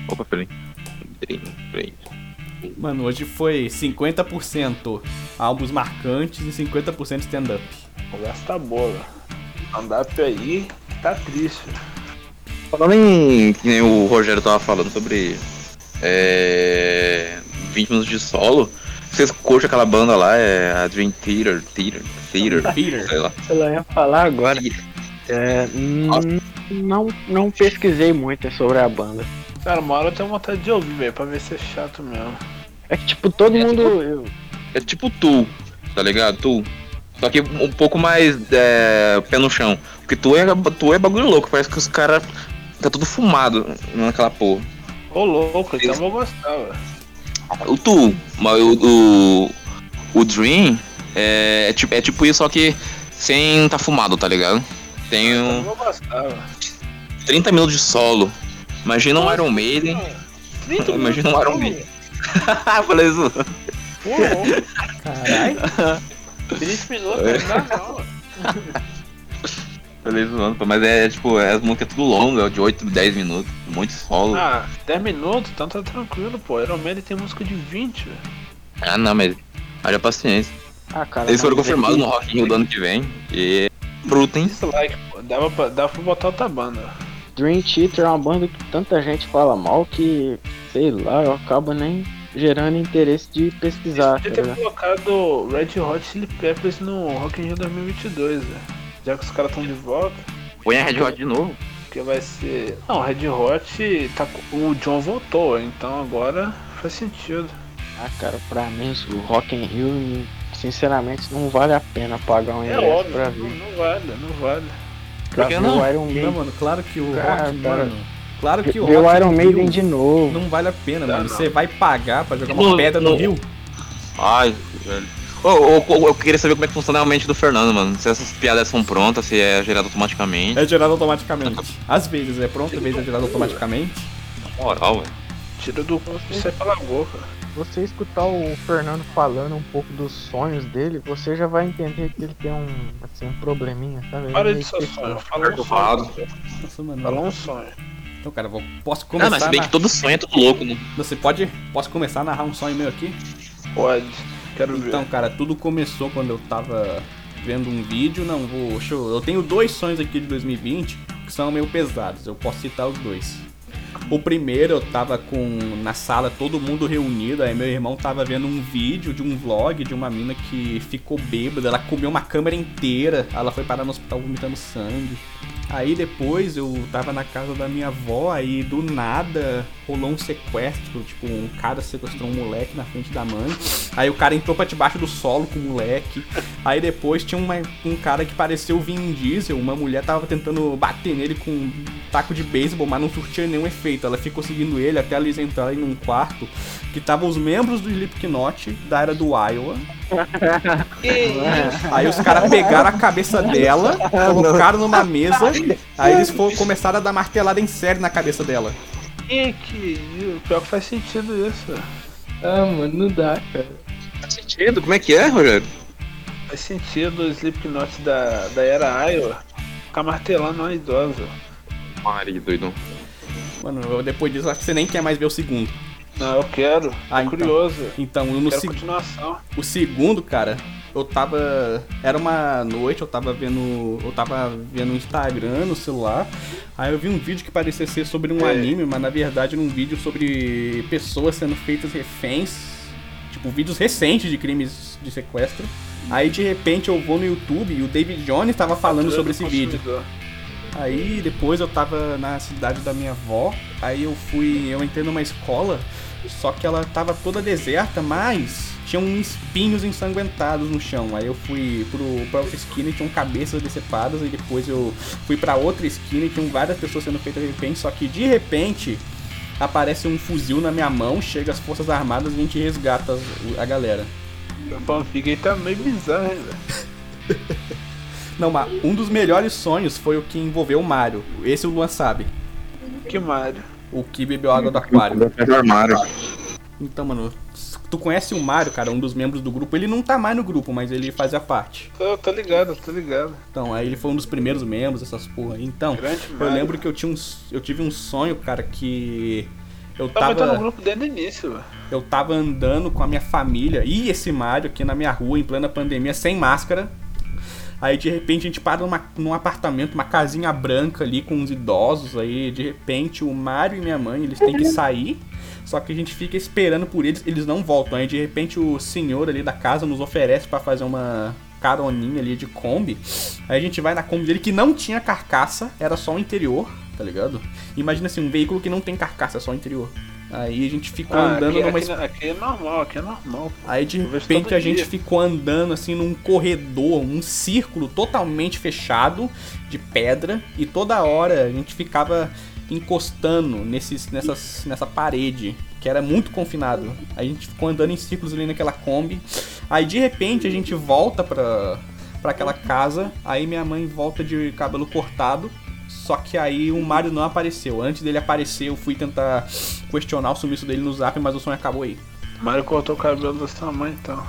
S1: Opa, peraí. Peraí, peraí.
S2: Mano, hoje foi 50% álbuns marcantes e 50% stand-up.
S4: A conversa tá boa, velho. Stand-up aí tá triste.
S1: Falando em. que nem o Rogério tava falando sobre. É. 20 minutos de solo. Vocês curtem aquela banda lá, é Advent Theater, Theater, Theater,
S2: Peter.
S1: sei lá.
S3: Ela ia falar agora. É, hum, não, não pesquisei muito sobre a banda.
S4: Cara, uma hora eu tenho vontade de ouvir, velho, pra ver se é chato mesmo.
S3: É que tipo, todo
S1: É,
S3: mundo. eu-
S1: É tipo tu, tá ligado? Tu. Só que um pouco mais é, pé no chão. Porque tu é, tu é bagulho louco, parece que os caras. Tá tudo fumado naquela porra.
S4: Ô louco, então eu vou gostar, velho.
S1: O Tu, mas o, o, o Dream é, é tipo, é tipo isso, só que sem tá fumado, tá ligado? Tem
S4: Então eu
S1: um
S4: vou gostar, velho.
S1: 30 minutos de solo. Imagina um Iron Maiden. Imagina um Iron Maiden. Falei isso.
S2: Caralho.
S4: 30 minutos não dá não.
S1: Falei zoando, pô, mas é tipo, é, as músicas é tudo longa, de 8, 10 minutos, muito solo. Ah,
S4: Ah, 10 minutos, então tá tranquilo, pô. Iron Maiden tem música de 20, velho.
S1: Ah, não, mas haja paciência.
S3: Ah, cara.
S1: Eles foram
S3: mas é
S1: confirmados
S3: que-
S1: no Rock in Rio do ano que vem. E bruto, hein?
S4: Dislike, pô. Dava pra, dava pra botar outra banda.
S3: Dream Theater é uma banda que tanta gente fala mal que, sei lá, eu acabo nem gerando interesse de pesquisar.
S4: Podia
S3: tá
S4: ter
S3: ligado?
S4: colocado Red Hot Chili Peppers no Rock in Rio 2022, velho. Já que os caras estão de volta,
S1: Põe a Red Hot de novo.
S4: porque vai ser... Não, Red Hot, tá... co- o John voltou, então agora faz sentido.
S3: Ah, cara, pra mim o Rock in Rio, sinceramente, não vale a pena pagar um
S4: É,
S3: ingresso
S4: óbvio,
S3: pra
S4: não,
S3: ver.
S4: não vale, não vale.
S3: Pra
S1: que
S3: ver
S1: não?
S3: o Iron
S2: Não,
S3: Maiden.
S2: mano, claro que o
S3: Cara,
S2: Rock,
S3: cara.
S2: mano. Claro que o
S3: Ver o
S2: Rock
S3: Iron
S2: in
S3: Maiden
S2: Rio
S3: de novo.
S2: Não vale a pena,
S4: Não,
S2: mano.
S4: não.
S2: Você vai pagar pra jogar
S1: Não,
S2: uma pedra no
S1: não.
S2: rio?
S1: Ai, velho. Ô, ô, ô, eu queria saber como é que funciona a mente do Fernando, mano. Se essas piadas são prontas, se é gerado automaticamente.
S2: É gerado automaticamente. Às vezes é pronto, às vezes é gerado automaticamente.
S1: Na É moral, velho.
S4: Tira do cu e sai pela boca.
S3: Você escutar o Fernando falando um pouco dos sonhos dele, você já vai entender que ele tem um, assim, um probleminha, sabe?
S4: Para
S3: Ele
S4: de seu sonho, fala
S1: Tá
S4: um
S1: Perturbado.
S4: sonho.
S2: Nossa,
S4: Fala
S2: mano.
S4: um sonho.
S2: Então, cara, eu vou, posso
S1: Ah,
S2: começar.
S1: mas se bem
S2: na-
S1: que todo sonho é tudo louco, né?
S2: Você pode. Posso começar a narrar um sonho meu aqui?
S4: Pode, quero ver.
S2: Então, cara, tudo começou quando eu tava vendo um vídeo. Não, vou. Deixa eu, eu tenho dois sonhos aqui de 2020 que são meio pesados. Eu posso citar os dois. O primeiro, eu tava com na sala todo mundo reunido, aí meu irmão tava vendo um vídeo de um vlog de uma mina que ficou bêbada, ela comeu uma câmera inteira, ela foi parar no hospital vomitando sangue. Aí depois eu tava na casa da minha avó, aí do nada rolou um sequestro, tipo, um cara sequestrou um moleque na frente da mãe. Aí o cara entrou pra debaixo do solo com o moleque. Aí depois tinha uma- um cara que pareceu o Vin Diesel. Uma mulher tava tentando bater nele com um taco de beisebol, mas não surtia nenhum efeito. Ela ficou seguindo ele até eles entrarem num quarto que estavam os membros do Slipknot da era do Iowa. Aí os caras pegaram a cabeça dela, colocaram numa mesa. Aí eles foram, começaram a dar martelada em série na cabeça dela.
S4: E que pior que faz sentido isso.
S3: Ah, mano, não dá, cara.
S1: Faz sentido, como é que é, Rogério?
S4: Faz sentido o Slipknot da, da era Iowa ficar martelando uma idosa.
S1: Mari, doidão.
S2: Mano, eu- depois disso acho que você nem quer mais ver o segundo.
S4: Não, eu quero.
S2: Ah,
S4: tô
S2: então.
S4: curioso.
S2: Então, no
S4: Quero
S2: segundo.
S4: continuação.
S2: O segundo, cara, eu tava. Era uma noite, eu tava vendo. Eu tava vendo o Instagram no celular. Aí eu vi um vídeo que parecia ser sobre um
S4: É.
S2: anime, mas na verdade era um vídeo sobre pessoas sendo feitas reféns. Tipo, vídeos recentes de crimes de sequestro. Aí de repente eu vou no YouTube e o David Jones tava falando sobre esse vídeo.
S4: Consumidor.
S2: Aí depois eu tava na cidade da minha avó, aí eu fui, eu entrei numa escola, só que ela tava toda deserta, mas tinham espinhos ensanguentados no chão. Aí eu fui pro, pra outra esquina e tinham cabeças decepadas, e depois eu fui pra outra esquina e tinham várias pessoas sendo feitas de repente, só que de repente aparece um fuzil na minha mão, chega as forças armadas e a gente resgata as- a galera.
S4: Meu fanfic aí tá meio bizarro, hein, velho.
S2: Não, mas um dos melhores sonhos foi o que envolveu o Mario. Esse o Luan sabe.
S4: Que Mario.
S2: O que bebeu água do aquário.
S1: Do Tá armário.
S2: Então, mano, tu conhece o Mario, cara, um dos membros do grupo. Ele não tá mais no grupo, mas ele fazia parte.
S4: Tô, tô ligado, tô ligado.
S2: Então, aí ele foi um dos primeiros membros, essas porra. aí. Então,
S4: Grande
S2: eu
S4: Mario.
S2: lembro que eu, tinha um, s- eu tive um sonho, cara, que eu
S4: Eu tava Tá no
S2: tava,
S4: grupo desde o início, velho.
S2: eu tava andando com a minha família e esse Mario aqui na minha rua, em plena pandemia, sem máscara. Aí, de repente, a gente para numa- num apartamento, uma casinha branca ali com uns idosos. Aí, de repente, o Mario e minha mãe, eles têm que sair. Só que a gente fica esperando por eles, eles não voltam. Aí de repente o senhor ali da casa nos oferece pra fazer uma caroninha ali de Kombi. Aí a gente vai na Kombi dele que não tinha carcaça, era só o interior, tá ligado? Imagina assim, um veículo que não tem carcaça, é só o interior. Aí a gente ficou
S4: Ah,
S2: andando
S4: aqui,
S2: numa
S4: aqui, aqui é normal, aqui é normal.
S2: Aí de
S4: Eu vejo
S2: repente
S4: todo
S2: a gente
S4: dia.
S2: ficou andando assim num corredor, um círculo totalmente fechado de pedra e toda hora a gente ficava encostando nesses, nessas, nessa parede que era muito confinado. A gente ficou andando em círculos ali naquela Kombi. Aí de repente a gente volta pra, pra aquela casa, aí minha mãe volta de cabelo cortado. Só que aí o Mario não apareceu. Antes dele aparecer, eu fui tentar questionar o sumiço dele no zap, mas o sonho acabou aí.
S4: Mario cortou o cabelo da sua mãe, então.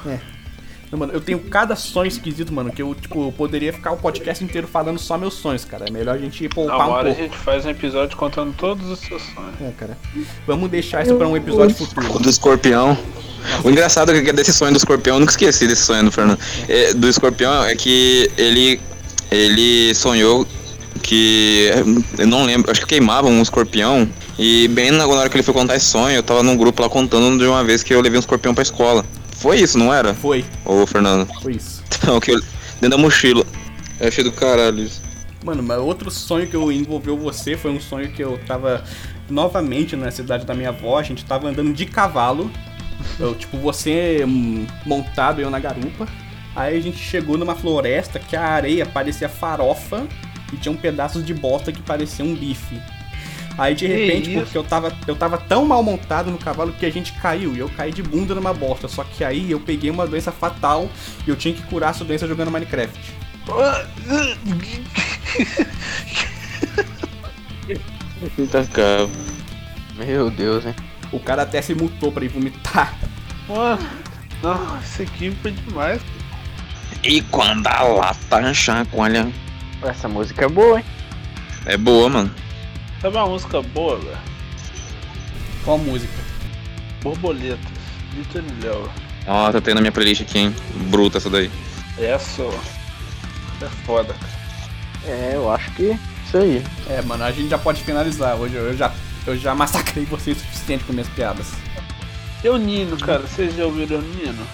S2: Não, mano, eu tenho cada sonho esquisito, mano, que eu, tipo, eu poderia ficar o podcast inteiro falando só meus sonhos, cara. É melhor a gente
S4: Na
S2: poupar um
S4: hora a
S2: pouco.
S4: gente faz um episódio contando todos os seus sonhos.
S2: É, cara. Vamos deixar isso pra um episódio futuro.
S1: Do escorpião. O engraçado é que desse sonho do escorpião, eu nunca esqueci desse sonho do Fernando. É, do escorpião é que ele. Ele sonhou que. Eu não lembro, acho que queimavam um escorpião. E bem na na hora que ele foi contar esse sonho, eu tava num grupo lá contando de uma vez que eu levei um escorpião pra escola. Foi isso, não era?
S2: Foi,
S1: Ô, Fernando.
S2: foi isso.
S1: Então, que eu, dentro da mochila. Eu achei do caralho isso.
S2: Mano, mas outro sonho que eu envolveu você foi um sonho que eu tava novamente na cidade da minha avó, a gente tava andando de cavalo. Eu, tipo, você hum, montado eu na garupa. Aí a gente chegou numa floresta que a areia parecia farofa e tinha um pedaço de bosta que parecia um bife. Aí de
S4: Que
S2: repente,
S4: isso?
S2: porque eu tava, eu tava tão mal montado no cavalo que a gente caiu. E eu caí de bunda numa bosta. Só que aí eu peguei uma doença fatal e eu tinha que curar essa doença jogando Minecraft.
S1: Eita, cara.
S5: Meu Deus, hein?
S2: O cara até se mutou pra ir vomitar.
S4: Mano, não, esse aqui Ah, foi demais.
S1: E quando a lata chacoalha.
S5: Essa música é boa, hein?
S1: É boa, mano.
S4: Sabe uma música boa, velho?
S2: Qual música?
S4: Borboletas, Vitor e Léo.
S1: Nossa, tem na tá minha playlist aqui, hein? Bruta essa daí.
S4: Essa, ó. É foda, cara.
S5: É, eu acho que isso aí.
S2: É, mano, a gente já pode finalizar. Hoje eu já, eu já massacrei vocês o suficiente com minhas piadas.
S4: Eu Nino, cara, vocês já ouviram o Nino?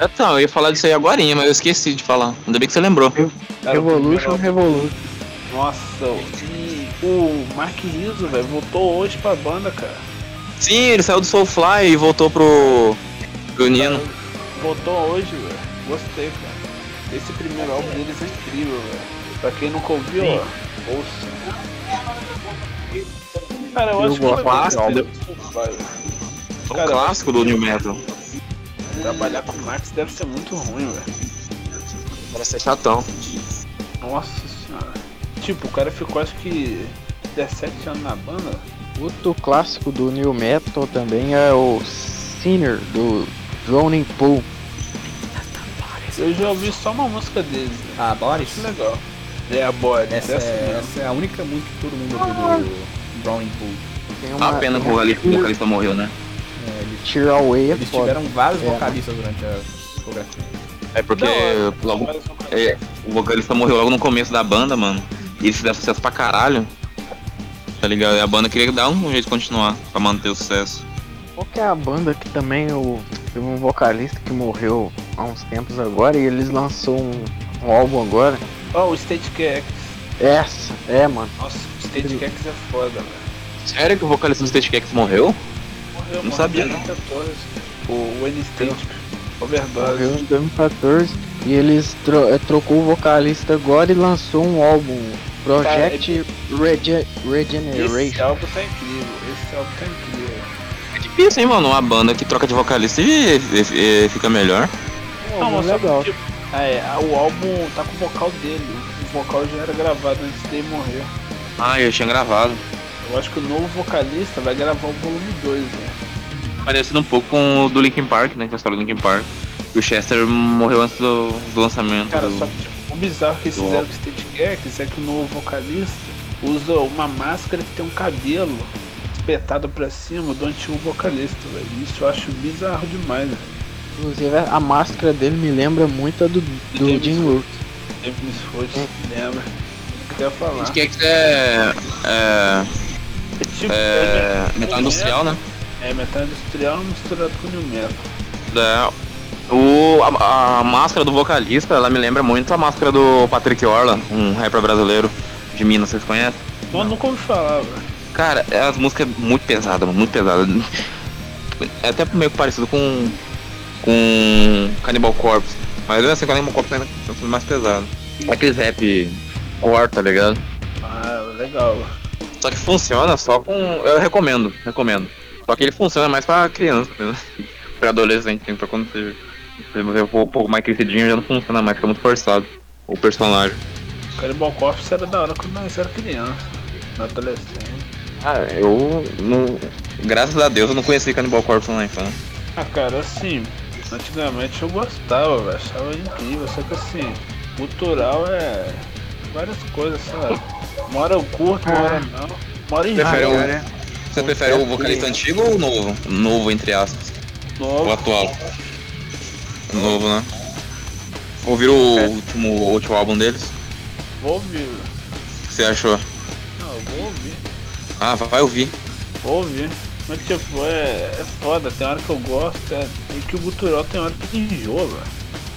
S1: Então, eu ia falar disso aí agora, mas eu esqueci de falar. Ainda bem que você lembrou.
S2: Tá
S4: Cara, o
S5: Revolution,
S4: primeiro-
S5: Revolution.
S4: Nossa, e o Mark Rizzo, velho, voltou hoje pra banda, cara.
S1: Sim, ele saiu do Soulfly e voltou pro. pro Nino.
S4: Voltou hoje, velho. Gostei, cara. Esse primeiro álbum deles é incrível, velho. Pra quem nunca ouviu, ó, ouça. Cara, eu,
S5: Eu
S4: acho que foi né?
S1: gosto.
S4: bem feito, velho.
S1: É um
S4: Cara,
S1: clássico do New Metal.
S4: Trabalhar com Marx deve ser muito ruim, velho.
S1: Parece ser chatão.
S4: Nossa senhora. Tipo, o cara ficou acho que 17 anos na banda.
S5: Outro clássico do New Metal também é o Sinner, do Drowning Pool.
S4: Eu já ouvi só uma música deles,
S2: Ah, Boris?
S4: velho. Legal. Yeah, boy.
S2: Essa é, essa é a única música que todo mundo ouviu do Browning Pool.
S5: Tem
S1: Tá uma pena que o vocalista, o vocalista morreu, né?
S2: É, eles,
S5: Tear Away é
S2: eles
S5: foda.
S2: tiveram vários
S5: É, né?
S2: vocalistas durante a discografia.
S1: É porque logo, é, o vocalista morreu logo no começo da banda, mano. E eles fizeram sucesso pra caralho. Tá ligado? E a banda queria dar um jeito de continuar pra manter o sucesso.
S5: Qual que é a banda que também o, teve um vocalista que morreu há uns tempos agora e eles lançou um, um álbum agora?
S4: Ó, o State Cax.
S5: Essa, é, mano.
S4: Nossa, o State Cax é foda, velho.
S1: Sério que o vocalista do State Cakes morreu?
S4: Morreu,
S1: Não
S4: mano,
S1: sabia,
S4: em
S1: não.
S4: 2014. O Wayne State. Overdose.
S5: Morreu em 2014 e eles tro eh, trocou o vocalista agora e lançou um álbum. Project Rege-
S4: Esse
S5: Regeneration.
S4: álbum tá incrível. Esse álbum tá incrível.
S1: É difícil, hein, mano? Uma banda que troca de vocalista e, e- e fica melhor.
S5: Um álbum
S4: só que,
S5: legal.
S4: tipo, ah, é, ah, o álbum tá com o vocal dele. O vocal já era gravado antes dele morrer.
S1: Ah, eu tinha gravado.
S4: Eu acho que o novo vocalista vai gravar o volume 2, né?
S1: Parecido um pouco com o do Linkin Park, né? Com a história do Linkin Park. O Chester morreu antes do, do lançamento.
S4: Cara,
S1: do-
S4: só que tipo, o bizarro que eles
S1: do
S4: fizeram com o State Gex é que o novo vocalista usa uma máscara que tem um cabelo espetado pra cima do antigo vocalista, velho. Isso eu acho bizarro demais, né? velho.
S5: Inclusive a máscara dele me lembra muito a do, do
S4: James
S5: Jim Luke.
S4: Sempre me esforço, lembra? Eu queria falar.
S1: State Cakes é, é,
S4: É tipo,
S1: é metal industrial, né?
S4: É, metal industrial misturado com new metal.
S1: É. O, a, a máscara do vocalista, ela me lembra muito a máscara do Patrick Orla, um rapper brasileiro de Minas, vocês conhecem?
S4: Mas nunca ouvi falar, velho.
S1: Cara, é as músicas muito pesadas, mano, muito pesadas. É até meio que parecido com. com. Cannibal Corpse. Mas assim, Cannibal Corpse ainda é mais pesado. É Aqueles rap core, tá ligado?
S4: Ah, legal.
S1: Só que funciona só com. Eu recomendo, recomendo. Só que ele funciona mais pra criança, né? pra adolescente, assim, pra quando você, se você for um pouco mais crescidinho já não funciona mais, fica muito forçado. O personagem.
S4: Cannibal Corpse era da hora quando nós era criança, na adolescente.
S1: Ah, eu não. Graças a Deus eu não conheci Cannibal Corpse então. na infância.
S4: Ah, cara, assim, antigamente eu gostava, velho, achava incrível, só que assim, cultural é várias coisas, sabe? Uma hora eu curto, uma hora não. Uma hora
S1: Prefere
S4: enjoo,
S1: o-
S4: né?
S1: Você prefere o vocalista antigo ou o novo? O Novo, entre aspas. O
S4: Novo,
S1: atual. O novo, né? Ouviram o último, o último álbum deles?
S4: vou ouvir. velho.
S1: O que você achou?
S4: Não, eu vou ouvir,
S1: Ah, vai ouvir.
S4: vou ouvir. Mas tipo, é, é foda, tem hora que eu gosto, é, e que o cultural tem hora que enjoa, velho.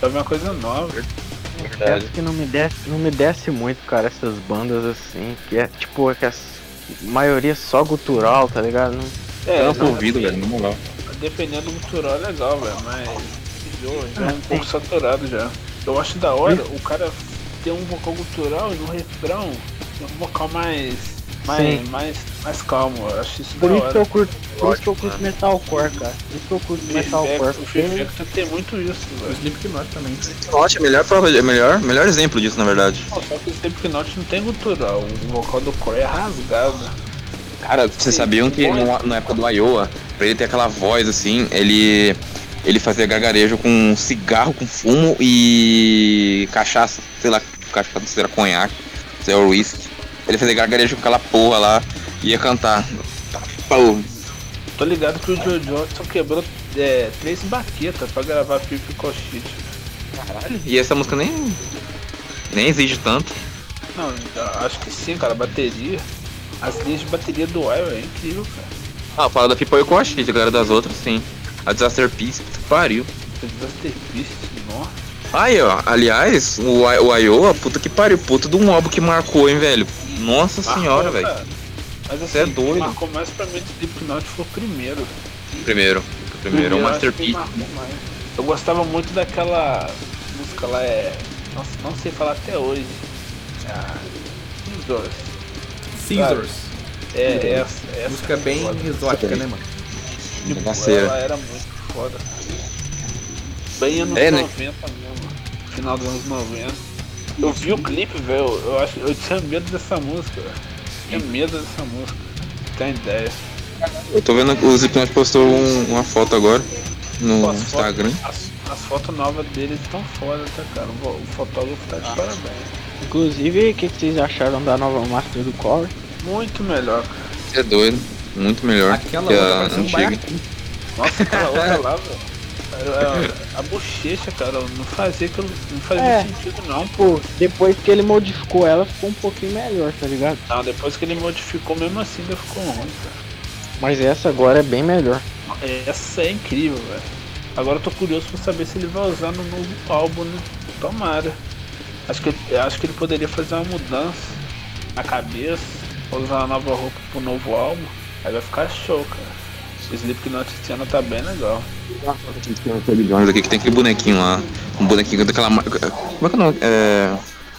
S4: É uma coisa nova.
S5: Confesso É que não me desce, não me desce muito, cara, essas bandas assim, que é tipo é que a maioria é só gutural, tá ligado? Não-
S4: É,
S1: Tanto ouvido, velho. Na moral.
S4: Dependendo do cultural é legal, velho, mas enjoa, já é um pouco saturado já. Eu acho da hora o cara ter um vocal cultural e no refrão ter um vocal mais. mais,
S5: Sim.
S4: mais, mais calmo, eu acho isso da
S3: Por isso que
S4: hora.
S3: eu curto, por isso que eu curto metalcore, cara. Por isso que eu curto
S4: O
S3: metalcore.
S4: Feveco- O
S3: porque-
S4: Feveco tem muito isso,
S2: O
S4: velho.
S2: Slipknot também. né?
S1: Slipknot é melhor prova, é melhor, melhor exemplo disso, na verdade.
S4: Não, Só que o Slipknot não tem cultural, o vocal do Core é rasgado.
S1: Cara, vocês sabiam que no- na época do Iowa, pra ele ter aquela voz assim, ele ele fazia gargarejo com cigarro, com fumo e cachaça, sei lá, cachaça se era conhaque, se era whisky. Ele fazia gargarejo com aquela porra lá e ia cantar. Pô,
S4: Tô ligado que o Joe Johnson quebrou é, três baquetas pra gravar Pipe Cochite.
S1: caralho, e essa música nem nem exige tanto.
S4: Não, acho que sim, cara, bateria. As linhas de bateria do Iron é incrível, cara.
S1: Ah, fala da Pipoy Cochite, galera das outras, sim. A Disaster Peace, puta que pariu.
S4: Disaster Beast, nossa.
S1: Aí, ó, aliás, o, I- o Iowa, puta que pariu, puta de um álbum que marcou, hein, velho. Nossa senhora,
S4: Marcou,
S1: velho.
S4: cara. Mas assim,
S1: Cê é doido.
S4: marcou mais pra mim que Slipknot foi o primeiro.
S1: Primeiro. Primeiro é o
S4: Eu acho que
S1: Masterpiece.
S4: marcou mais. Eu gostava muito daquela música lá, é... Nossa, não sei falar até hoje. Ah, Scissors.
S2: Scissors.
S1: Então,
S4: É, essa, essa.
S2: Música bem
S4: foda.
S2: exótica, né, mano?
S4: Tipo,
S1: Bagaceira.
S4: Ela era muito foda. Bem anos
S1: É, né?
S4: 90 mesmo. Final dos anos 90. Eu vi o clipe, velho. Eu, acho- eu tinha medo dessa música. velho. Tinha medo dessa música. Tem ideia.
S1: Eu tô vendo que o Slipknot postou um- uma foto agora no
S4: Pô, as
S1: Instagram.
S4: Fotos, as, as fotos novas deles estão foda, tá, cara? O, o fotógrafo tá de parabéns.
S3: Inclusive, o que, que vocês acharam da nova Master do Core?
S4: Muito melhor, cara.
S1: Você é doido. Muito melhor
S2: Aquela
S1: que
S2: outra
S1: a
S4: né?
S2: parece um
S1: antiga.
S4: Nossa, aquela outra lá, velho. Era A bochecha, cara, não fazia, aquilo- não fazia
S3: É.
S4: sentido não, pô.
S3: Pô, depois que ele modificou ela, ficou um pouquinho melhor, tá ligado?
S4: Não, depois que ele modificou, mesmo assim ainda ficou ruim, cara.
S5: Mas essa agora é bem melhor.
S4: Essa é incrível, velho. Agora eu tô curioso pra saber se ele vai usar no novo álbum, né? Tomara. Acho que, ele- acho que ele poderia fazer uma mudança na cabeça, usar uma nova roupa pro novo álbum. Aí vai ficar show, cara. O Slipknot esse ano tá bem legal.
S1: Mas aqui que tem aquele bonequinho lá. Um bonequinho daquela. ma- Como é que é o nome? É.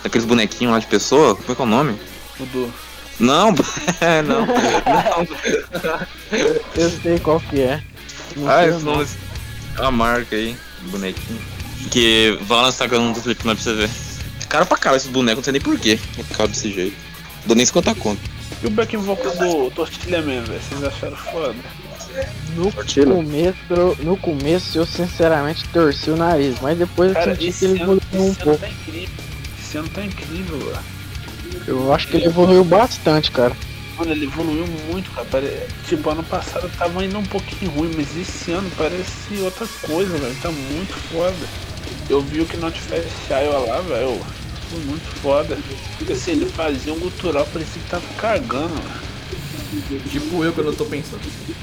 S1: Daqueles bonequinhos lá de pessoa? Como é que é o nome?
S4: O do
S1: Não, é, não. não.
S5: Eu sei qual que é.
S1: Ah, esse nome. É uma marca aí. um Bonequinho. Que vai lá no Instagram do Slipknot pra você ver. É Caro pra caralho esse boneco, não sei nem porquê. É caro desse jeito. Não Dou nem 50 conto.
S4: E o back vocal do Tortilha mesmo, velho? Vocês acharam foda?
S5: No começo, no começo eu sinceramente torci o nariz, mas depois eu
S4: Cara,
S5: senti que
S4: esse
S5: ele
S4: ano,
S5: evoluiu um
S4: esse ano
S5: pouco.
S4: tá incrível. Esse ano tá incrível, velho.
S5: Eu acho que ele evoluiu bastante, cara.
S4: Mano, ele evoluiu muito, cara. Pare... Tipo, ano passado tava indo um pouquinho ruim, mas esse ano parece outra coisa, velho. Tá muito foda. Eu vi o que não te fechaio lá, velho. Foi muito foda. Porque assim, ele fazia um gutural, parecia que tava cagando, velho.
S2: Tipo eu quando eu tô pensando.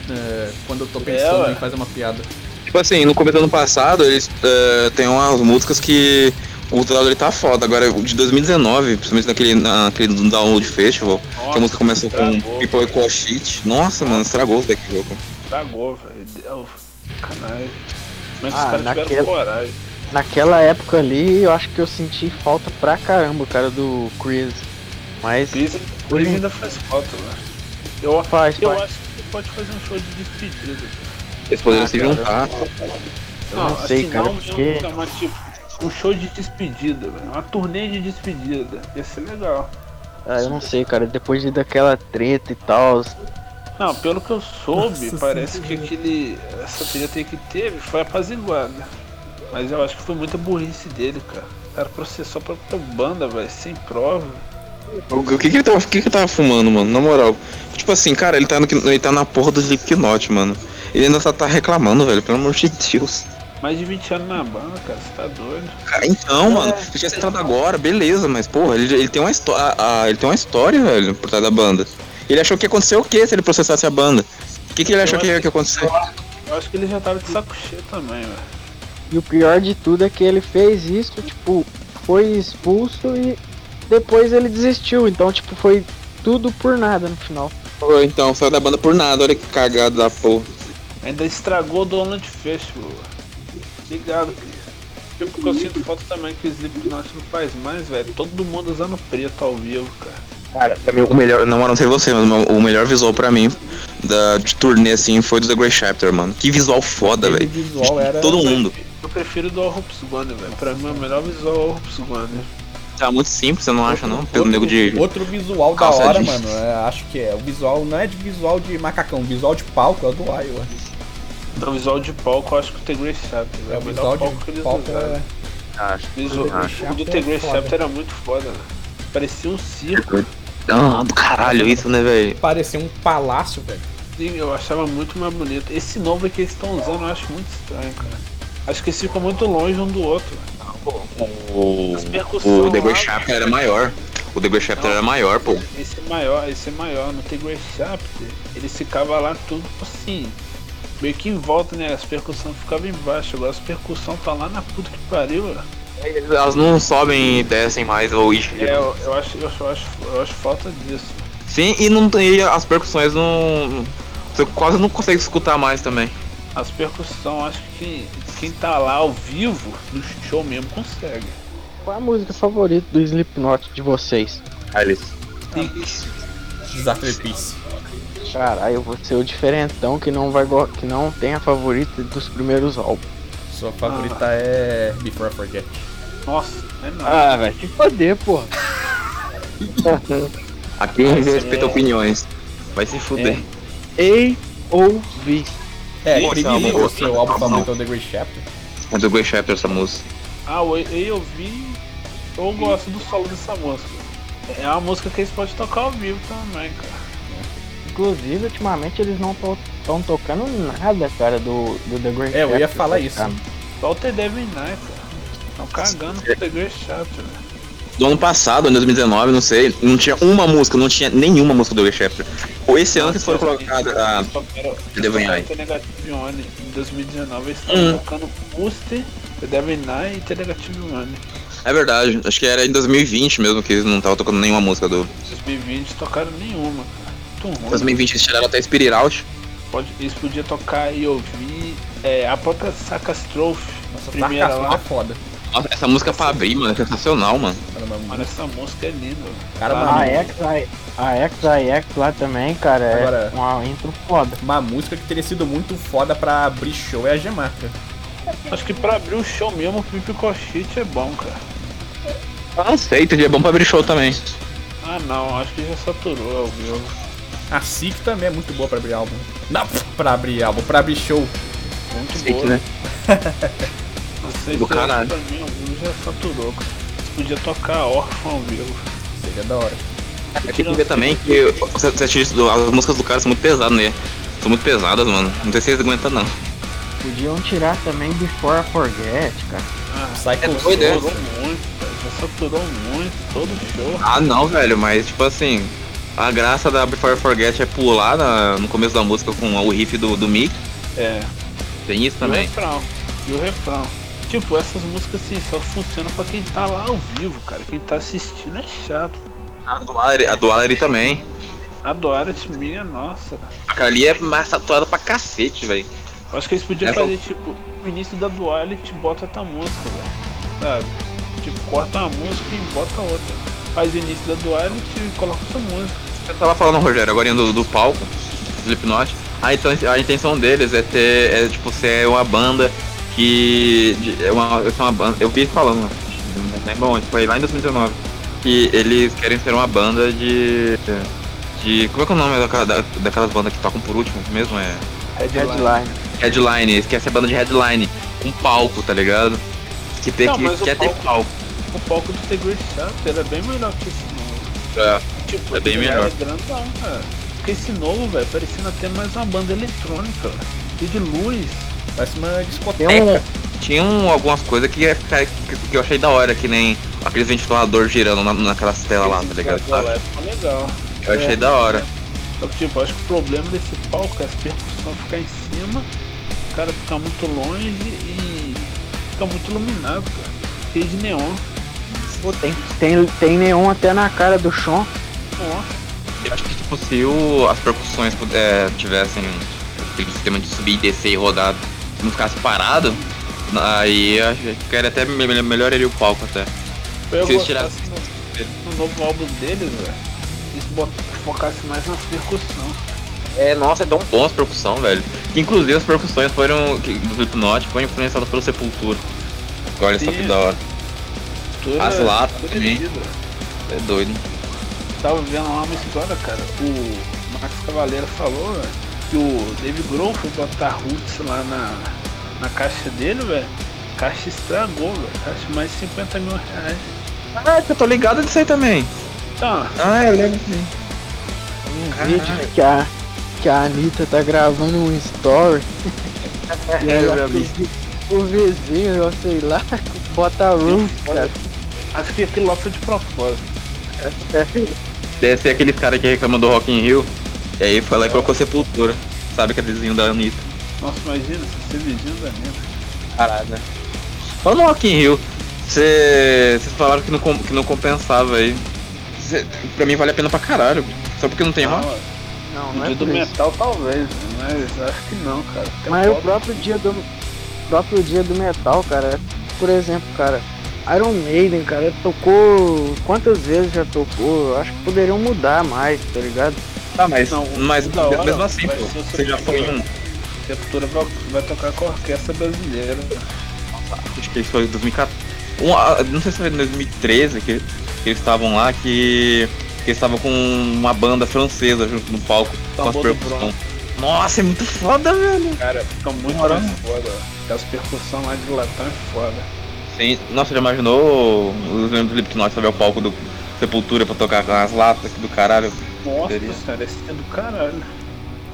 S2: É, quando eu tô pensando
S4: ué.
S2: em fazer uma piada.
S1: Tipo assim, no começo do ano passado, eles eh, têm umas músicas que o gutural dele tá foda. Agora, o de 2019, principalmente naquele, naquele do Download Festival, que a música começou com
S4: estragou,
S1: People Equal Shit. Nossa, mano, estragou isso daqui, louco.
S4: Cagou, velho. Deu. Canalha. Mas
S5: Ah,
S4: os caras
S5: naquele-
S4: tiveram coragem.
S5: Naquela época ali eu acho que eu senti falta pra caramba, cara, do Chris. Mas
S4: Chris, Chris ainda faz falta, velho. Eu,
S5: Faz,
S4: eu
S5: faz.
S4: acho que ele pode fazer um show de despedida.
S1: Eles poderiam
S5: Ah,
S1: se
S5: cara.
S1: juntar.
S4: Eu
S5: não sei,
S4: assim,
S5: cara, porque-
S4: mas tipo, um show de despedida, velho. Uma turnê de despedida. Ia ser legal.
S5: ah, eu não sei, cara, depois de daquela treta e tal,
S4: Não, pelo que eu soube,
S2: Nossa
S4: parece que aquele. Essa treta aí que teve foi apaziguada. Mas eu acho que foi muita burrice dele, cara. O cara processou a própria banda, velho, sem prova.
S1: O que, que, ele tava, o que, que ele tava fumando, mano? Na moral. Tipo assim, cara, ele tá, no, ele tá na porra do Slipknot, mano. Ele ainda tá, tá reclamando, velho, pelo amor de Deus.
S4: Mais de 20 anos na banda, cara, você tá doido.
S1: Cara, então,
S2: É.
S1: mano, se tivesse entrado agora, beleza, mas porra, ele, ele tem uma história. Ele tem uma história, velho, por trás da banda. Ele achou que ia acontecer o quê se ele processasse a banda? O que, que ele achou que ia que ia acontecer?
S4: Eu acho que ele já tava de saco cheio também, velho.
S5: E o pior de tudo é que ele fez isso, tipo, foi expulso e depois ele desistiu. Então, tipo, foi tudo por nada no final.
S1: Pô, Então, saiu da banda por nada, olha que cagada da porra.
S4: Ainda estragou o Donald Festival, velho. Obrigado, Cris. Tipo, que eu sinto falta também que o Slipknot não faz mais, velho. Todo mundo usando preto ao vivo, cara.
S1: Cara, pra mim, o melhor, não, eu não sei você, mas o- o melhor visual pra mim da, de turnê assim foi do The Grey Chapter, mano. Que visual foda,
S2: Aquele
S1: velho.
S2: visual era.
S1: Todo mundo.
S4: Eu prefiro do All Hopes Gone, velho. Pra mim, o melhor visual é o All Hopes Gone.
S1: Tá muito simples, você não acha, não? Pelo um nego de.
S2: outro visual da
S1: calça
S2: hora,
S1: jeans.
S2: mano. é, acho que é. O visual não é de visual de macacão, o visual de palco é o do Iowa.
S4: Do Então, visual de palco, eu acho que o The Grey Chapter, velho.
S2: É
S4: É
S2: o
S4: o
S2: visual
S4: melhor
S2: de
S4: palco que eles
S2: palco
S4: usaram.
S2: é.
S1: Acho.
S4: Visual-
S2: The Grey
S4: O do
S2: Chapter
S4: The Grey
S2: é foda.
S4: Chapter era muito foda, velho. Parecia um circo.
S1: Ah, do caralho, isso, né, velho?
S2: Parecia um palácio, velho.
S4: Sim, assim, eu achava muito mais bonito. Esse novo aí que eles estão usando, eu acho muito estranho, cara. Acho que eles ficam muito longe um do outro.
S1: O,
S4: As percussões né?
S1: o The Great
S4: lá,
S1: Chapter era maior. O The Great Chapter
S4: Não.
S1: era maior, pô.
S4: Esse é maior, esse é maior, no Tigre Chapter, eles ficavam lá tudo assim, meio que em volta, né? As percussões ficavam embaixo, agora as percussões tá lá na puta que pariu, ó.
S1: Elas não sobem e descem mais, ou isso.
S4: É, eu, eu acho, eu, acho- eu acho, eu acho falta disso.
S1: Sim, e, não, tem- e as percussões não. Você quase não consegue escutar mais também.
S4: As percussões, acho que quem, quem tá lá ao vivo, no show mesmo, consegue.
S5: Qual a música favorita do Slipknot de vocês?
S2: Desatrepisse.
S5: Caralho, eu vou ser o diferentão que não vai go- que não tem a favorita dos primeiros álbuns.
S2: Sua favorita é Before I Forget.
S4: Nossa, é não.
S5: Ah, velho, que foder, porra.
S1: Aqui respeita
S4: né?
S1: opiniões. Vai se fuder.
S4: É.
S5: Ei ou vi.
S2: É,
S1: Nossa,
S2: incrível
S1: amor.
S2: o seu álbum favorito é o The Great Chapter.
S1: É do Great Chapter essa música.
S4: Ah, eu, eu vi. Eu gosto do solo dessa música. É uma música que eles podem tocar ao vivo também, cara.
S5: Inclusive, ultimamente eles não estão tocando nada, cara, do, do The Great tá
S2: É, eu ia
S5: Chapter,
S2: falar isso.
S5: cara.
S4: Só o The Devil Knight, cara. Tão cagando pro The Great Chapter.
S1: Do ano passado, em 2019, não sei, não tinha uma música, não tinha nenhuma música do The Chapter. Ou esse ano que ah, foi colocada a
S4: The
S1: Devil Knight.
S4: Negative One é em 2019 eles
S1: Hum.
S4: estavam tocando Booster, The Devil Knight e The Negative One.
S1: É verdade, acho que era em 2020 mesmo que eles não estavam tocando nenhuma música do.
S4: Em 2020 tocaram nenhuma, cara. Muito ruim.
S1: 2020 eles tiraram até Spirit Out.
S4: Pode, eles podiam tocar e ouvir é, a própria Sacastrophe,
S2: Nossa,
S4: primeira
S2: Primeira
S4: lá.
S2: é foda.
S1: Nossa, essa música pra abrir, mano, é sensacional, mano.
S2: Cara,
S4: Mano,
S2: mano,
S4: essa música é linda.
S2: Cara,
S4: Tá,
S2: mano,
S5: A X, a X, a X lá também, cara, é
S2: Agora-
S5: uma intro foda.
S2: uma música que teria sido muito foda pra abrir show é a Gemarca.
S4: Acho que pra abrir o show mesmo, o Pipi Cochite é bom, cara.
S1: Eu não sei, seria bom pra abrir show também.
S4: Ah não, acho que já saturou ao vivo.
S2: A SIC também é muito boa pra abrir álbum. Não, pra abrir álbum, pra abrir show.
S4: Muito
S1: Sei
S4: boa.
S1: que, né?
S4: Não sei
S1: Do
S4: que
S1: caralho.
S4: Pra mim, ao vivo já saturou, cara. Eles podiam tocar órfão ao vivo.
S2: Seria da hora. tipo,
S1: Tem que ver também que os artistas do- as músicas do cara são muito pesadas, né? São muito pesadas, mano. Não sei se eles aguentam, não.
S5: Podiam tirar também Before I Forget, cara.
S4: Ah,
S2: Psycho
S1: É, boa ideia.
S2: Soul.
S4: saturou muito, cara. Já saturou muito todo show.
S1: Ah, não, velho, mas tipo assim. A graça da Before I Forget é pular na- no começo da música com o riff do, do Mick.
S4: É,
S1: Tem isso
S4: E o
S1: também.
S4: refrão. E o refrão. Tipo, essas músicas assim só funcionam pra quem tá lá ao vivo, cara. Quem tá assistindo é chato.
S1: A do Allery, a do Allery também.
S4: A do Arat minha, nossa.
S1: Aquela ali é mais saturada pra cacete, velho.
S4: Eu acho que eles podiam
S1: É
S4: fazer, tipo, o início da do Arat bota essa música, velho. Sabe? Tipo, corta uma música e bota outra. Faz o início da do Arat e coloca essa música.
S1: Você tava falando, Rogério, agora do, do palco, do Slipknot, a, inten- a intenção deles é ter, é, tipo, ser uma banda que... de- É uma, é uma banda, eu vi falando, não lembro onde, foi lá em 2019, que eles querem ser uma banda de... de como é que é o nome daquela, da- daquelas bandas que tocam por último mesmo? É
S5: Headline.
S1: Headline, eles querem ser banda de Headline, com palco, tá ligado? Que, ter,
S4: Não,
S1: que
S4: mas o
S1: quer ter
S4: palco-
S1: palco.
S4: O palco do The Great Chapter é bem melhor que esse né? novo.
S1: É.
S4: Tipo,
S1: É bem
S4: ele
S1: melhor.
S4: É grandão, cara. Porque esse novo, velho, parecendo até mais uma banda eletrônica, velho. E de luz.
S2: Parece uma discoteca.
S5: Tem um,
S1: Tinha um- algumas coisas que, ia ficar- que, que eu achei da hora, que nem aqueles ventilador girando na, naquelas telas lá, tá ligado?
S4: Esse galera ficou É, legal.
S1: Eu achei da hora.
S4: Só que, tipo, acho que o problema desse palco é as percussões ficar em cima, o cara ficar muito longe e ficar muito iluminado, cara. Cheio de neon.
S5: tem, tem neon até na cara do Sean.
S4: Nossa,
S1: Eu acho que tipo, se o- as percussões é, tivessem aquele sistema de subir e descer e rodar, não ficasse parado, aí eu acho que era até me- me- melhoraria o palco até.
S4: eu
S1: Se eles
S4: gostasse no, no novo álbum deles, velho. Eles bot- focassem mais nas percussões.
S1: É, nossa, é tão bom as percussão, velho. Que, inclusive as percussões foram, que, do Slipknot, foram influenciadas pelo Sepultura. Olha só que
S4: Sim.
S1: da hora.
S4: Toda-
S1: As latas
S4: toda
S1: também.
S4: medida.
S1: É doido.
S4: Tava vendo lá uma história, cara. O Max Cavaleiro falou velho, que o Dave Grohl foi botar Roots lá na, na caixa dele, velho. Caixa estragou, velho. Caixa de mais de 50 mil reais.
S1: Ah, eu tô ligado disso aí também.
S4: Então,
S1: Ah, eu lembro sim.
S5: Um vídeo que a, que a Anitta tá gravando um story. e aí
S1: eu
S5: ela-
S1: já vi.
S5: o vizinho, eu sei lá, bota roof, cara.
S4: acho que aquilo lá foi de propósito.
S1: Deve ser aqueles caras que reclamam do Rock in Rio. E aí foi lá e colocou Sepultura. Sabe que é desenho da Anitta.
S4: Nossa, imagina, se você vizinho da minha.
S1: Caralho, né? Falando no Rock in Rio, vocês falaram que não, com- que não compensava aí. Cê, pra mim vale a pena pra caralho. Só porque não tem rock.
S5: Não,
S4: No
S5: não
S4: dia
S5: é
S4: do
S5: por isso.
S4: metal talvez, né, mas acho que não, cara. Porque
S5: Mas o
S4: pop-
S5: próprio dia do próprio dia do metal, cara, é, por exemplo, cara, Iron Maiden, cara, tocou quantas vezes já tocou? Eu Acho que poderiam mudar mais, tá ligado?
S1: Tá, mas,
S4: Não,
S1: mas
S4: da hora,
S1: mesmo assim,
S4: vai
S1: pô,
S4: ser o
S1: você já foi em um.
S4: Sepultura vai, vai tocar com a orquestra brasileira. né?
S1: acho que isso foi em 2014. Um, ah, não sei se foi em 2013 que, que eles estavam lá, que, que eles estavam com uma banda francesa junto no palco com as
S4: Tambor do
S1: percussão. Nossa, é muito foda, velho.
S4: Cara, fica muito
S5: né?
S1: Moral.
S4: mais foda. ó. Aquelas percussões lá de latão é foda.
S1: Tem- Nossa, já imaginou os membros do Slipknot saber o palco do Sepultura pra tocar com as latas do caralho?
S4: Nossa, cara, esse é do caralho.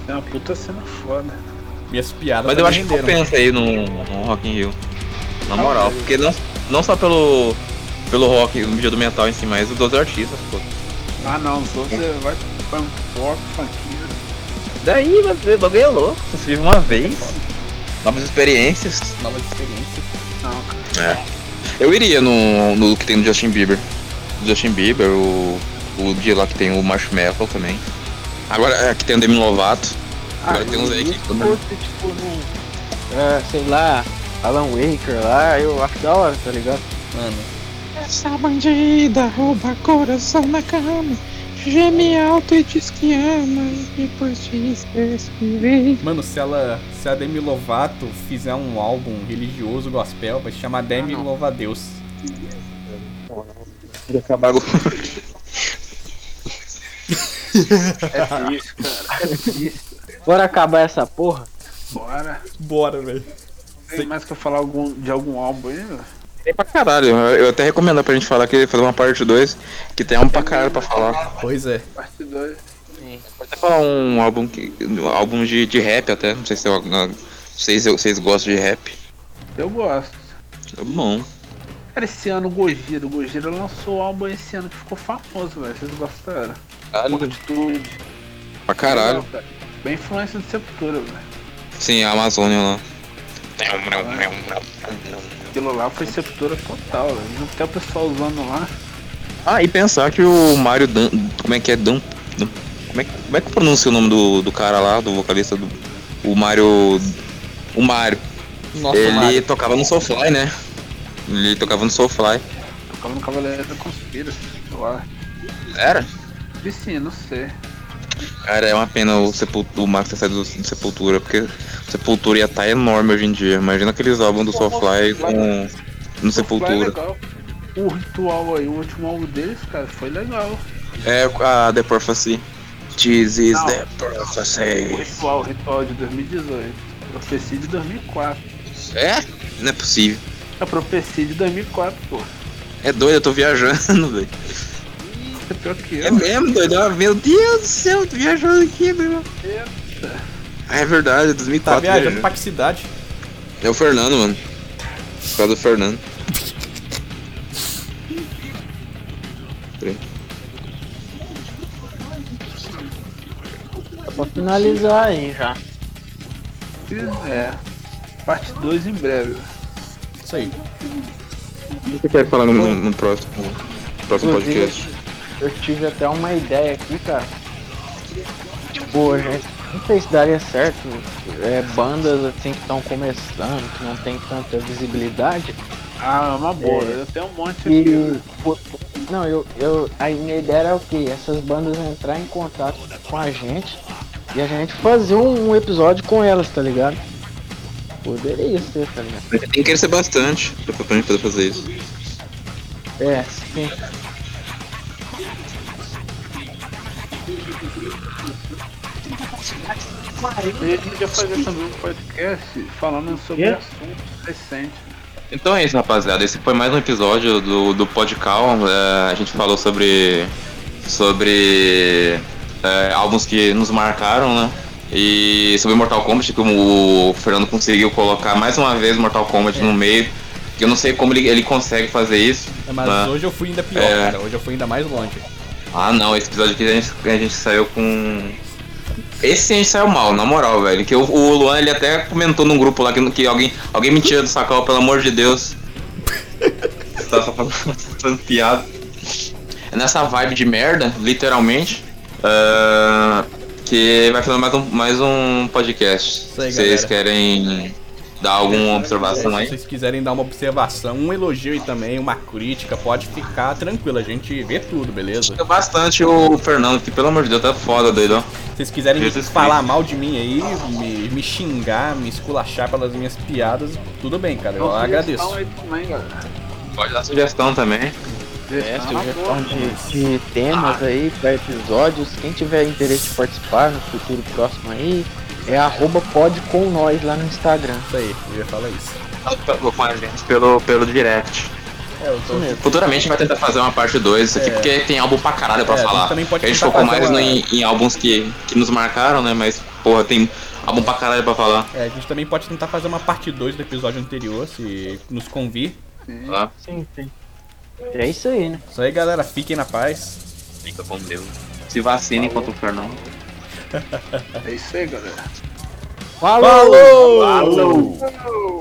S4: É uma puta cena foda.
S2: Minhas piadas
S1: Mas eu acho
S2: também
S1: que
S2: renderam.
S1: compensa aí no, no Rock in Rio. Na moral, porque não, não só pelo, pelo rock, o mídia do metal em si, mas os outros artistas, pô.
S4: Ah não, os outros
S1: É.
S4: você vai pra um pop, funkeiro.
S1: Daí, mas o bagulho é louco. Você vive uma vez, novas experiências.
S2: Novas experiências.
S4: Não, cara.
S1: Eu iria no, no que tem do Justin Bieber. Do Justin Bieber, o, o de lá que tem o Marshmallow também. Agora, é, que tem o Demi Lovato. Agora tem uns aí que-
S5: se Ah, fosse, tipo, num. é, sei lá, Alan Waker lá, eu acho da hora, tá ligado?
S2: Mano,
S6: Essa bandida rouba coração na cama. Geme alto e diz que ama. E depois diz que vem.
S2: mano, se ela. Se a Demi Lovato fizer um álbum religioso gospel, vai se chamar Demi Lovadeus.
S4: É triste, cara. É triste.
S5: Bora acabar essa porra?
S4: Bora.
S2: Bora, velho.
S4: Tem mais que eu falar algum, de algum álbum aí, velho?
S1: Tem pra caralho. Eu até recomendo pra gente falar que fazer uma parte 2, que tem um pra caralho pra falar.
S2: Pois é.
S4: Parte 2.
S1: Pode até falar um álbum que. Um álbum de, de rap até. Não sei se eu- não sei se eu- vocês gostam de rap.
S4: Eu gosto.
S1: É bom.
S4: Cara, esse ano o Gojira. O Gojira lançou o álbum esse ano que ficou famoso, velho. Vocês gostaram?
S1: Caralho.
S4: Multitude.
S1: Pra caralho.
S4: Legal, cara. Bem influência do Sepultura, velho.
S1: Sim, a Amazônia lá.
S4: Aquilo lá foi Sepultura total, velho. Não tem o pessoal usando lá.
S1: Ah, e pensar que o Mário Dan. Como é que é? Dan. Dan- como, é, que- como é que pronuncia o nome do, do cara lá, do vocalista do. O Mário. O Mário.
S2: Nossa,
S1: ele
S2: Mário.
S1: tocava no Soulfly, né? Ele tocava no Soulfly.
S4: Tocava no Cavaleiro da Conspiracy, sei lá.
S1: Era?
S4: E sim, não sei.
S1: Cara, é uma pena o, sepul... o Max ter saído do do Sepultura, porque o Sepultura ia estar enorme hoje em dia. Imagina aqueles álbuns do Soulfly com. No
S4: Fly é
S1: Sepultura.
S4: legal. O ritual aí, o último álbum deles, cara, foi legal.
S1: É a The Prophecy. Jesus
S4: Não.
S1: The
S4: O
S1: Prophecy.
S4: ritual, o ritual de 2018. Profecia de 2004.
S1: É? Não é possível.
S4: A profecia de 2004, pô.
S1: É doido, eu tô viajando, velho.
S4: É pior que
S1: É
S4: eu.
S1: mesmo, doido? Ah, Meu Deus do céu, eu tô viajando aqui, meu irmão. Ah, É verdade, 2004.
S2: Tá viajando
S1: viajando.
S2: pra que cidade?
S1: né? É o Fernando, mano. Por causa do Fernando.
S5: Dá pra finalizar aí já.
S4: É. Parte 2 em breve.
S2: Isso aí.
S1: O que você quer falar no, no próximo, próximo podcast?
S5: Eu tive até uma ideia aqui, cara. Tipo, a gente. Não sei se daria certo. É, bandas assim que estão começando, que não tem tanta visibilidade.
S4: Ah, é uma boa.
S5: É.
S4: Eu tenho um monte aqui.
S5: E. pô, Não, eu, eu. A minha ideia era o quê? Essas bandas entrar em contato com a gente e a gente fazer um, um episódio com elas, tá ligado? Poderia ser, tá ligado?
S1: Tem que crescer bastante pra pra gente poder fazer isso.
S5: É, sim.
S4: E a gente podia fazer também um podcast falando sobre
S5: Quê?
S4: assuntos recentes.
S1: Então é isso, rapaziada. Esse foi mais um episódio do, do Podcal. É, a gente falou sobre. sobre. é, álbuns que nos marcaram, né? E sobre Mortal Kombat, como o Fernando conseguiu colocar mais uma vez Mortal Kombat no meio. que Eu não sei como ele, ele consegue fazer isso.
S2: É, Mas
S1: né?
S2: hoje eu fui ainda pior,
S1: É.
S2: cara. Hoje eu fui ainda mais longe.
S1: Ah não, esse episódio aqui a gente, a gente saiu com. Esse sim a gente saiu mal, na moral, velho. Que o, o Luan ele até comentou num grupo lá que, que alguém, alguém me tira do sacal, pelo amor de Deus. tá só falando falando piada. É nessa vibe de merda, literalmente. ah, que vai fazer mais um, mais um podcast.
S2: Isso aí,
S1: Vocês
S2: galera.
S1: querem dar alguma observação
S2: Se
S1: aí?
S2: vocês quiserem dar uma observação, um elogio e também uma crítica, pode ficar tranquilo, a gente vê tudo, beleza?
S1: Eu bastante o Fernando, que pelo amor de Deus tá foda, doido.
S2: Se vocês quiserem
S1: Jesus
S2: falar
S1: Cristo.
S2: mal de mim aí, me, me xingar, me esculachar pelas minhas piadas, tudo bem, cara, eu
S4: Então,
S2: agradeço.
S4: sugestão aí também, galera.
S1: Pode dar sugestão também.
S5: É,
S4: Sugestão na
S5: sugestão
S4: boa.
S2: Então,
S5: de, de temas aí para episódios. Quem tiver interesse de participar no futuro próximo aí, é arroba pode com nós lá no Instagram.
S2: Isso aí, eu ia falar isso.
S1: contato pelo- com a gente pelo, pelo direct.
S2: É, eu tô
S5: mesmo.
S1: Futuramente vai tentar fazer uma parte 2 isso aqui,
S2: É.
S1: porque tem álbum pra caralho pra
S2: É, a gente
S1: falar.
S2: também pode
S1: a gente
S2: tentar
S1: focou
S2: fazer
S1: mais
S2: uma-
S1: no- em, em álbuns que, que nos marcaram, né? Mas, porra, tem álbum pra caralho pra falar.
S2: É, a gente também pode tentar fazer uma parte 2 do episódio anterior, se nos convir.
S1: Tá?
S5: Sim, sim. É isso aí, né?
S2: Isso aí, galera, fiquem na paz.
S1: Fica com Deus. Se vacina enquanto o Fernando.
S4: É isso aí, galera.
S5: Falou!
S2: Falou!
S4: Falou!
S1: Falou!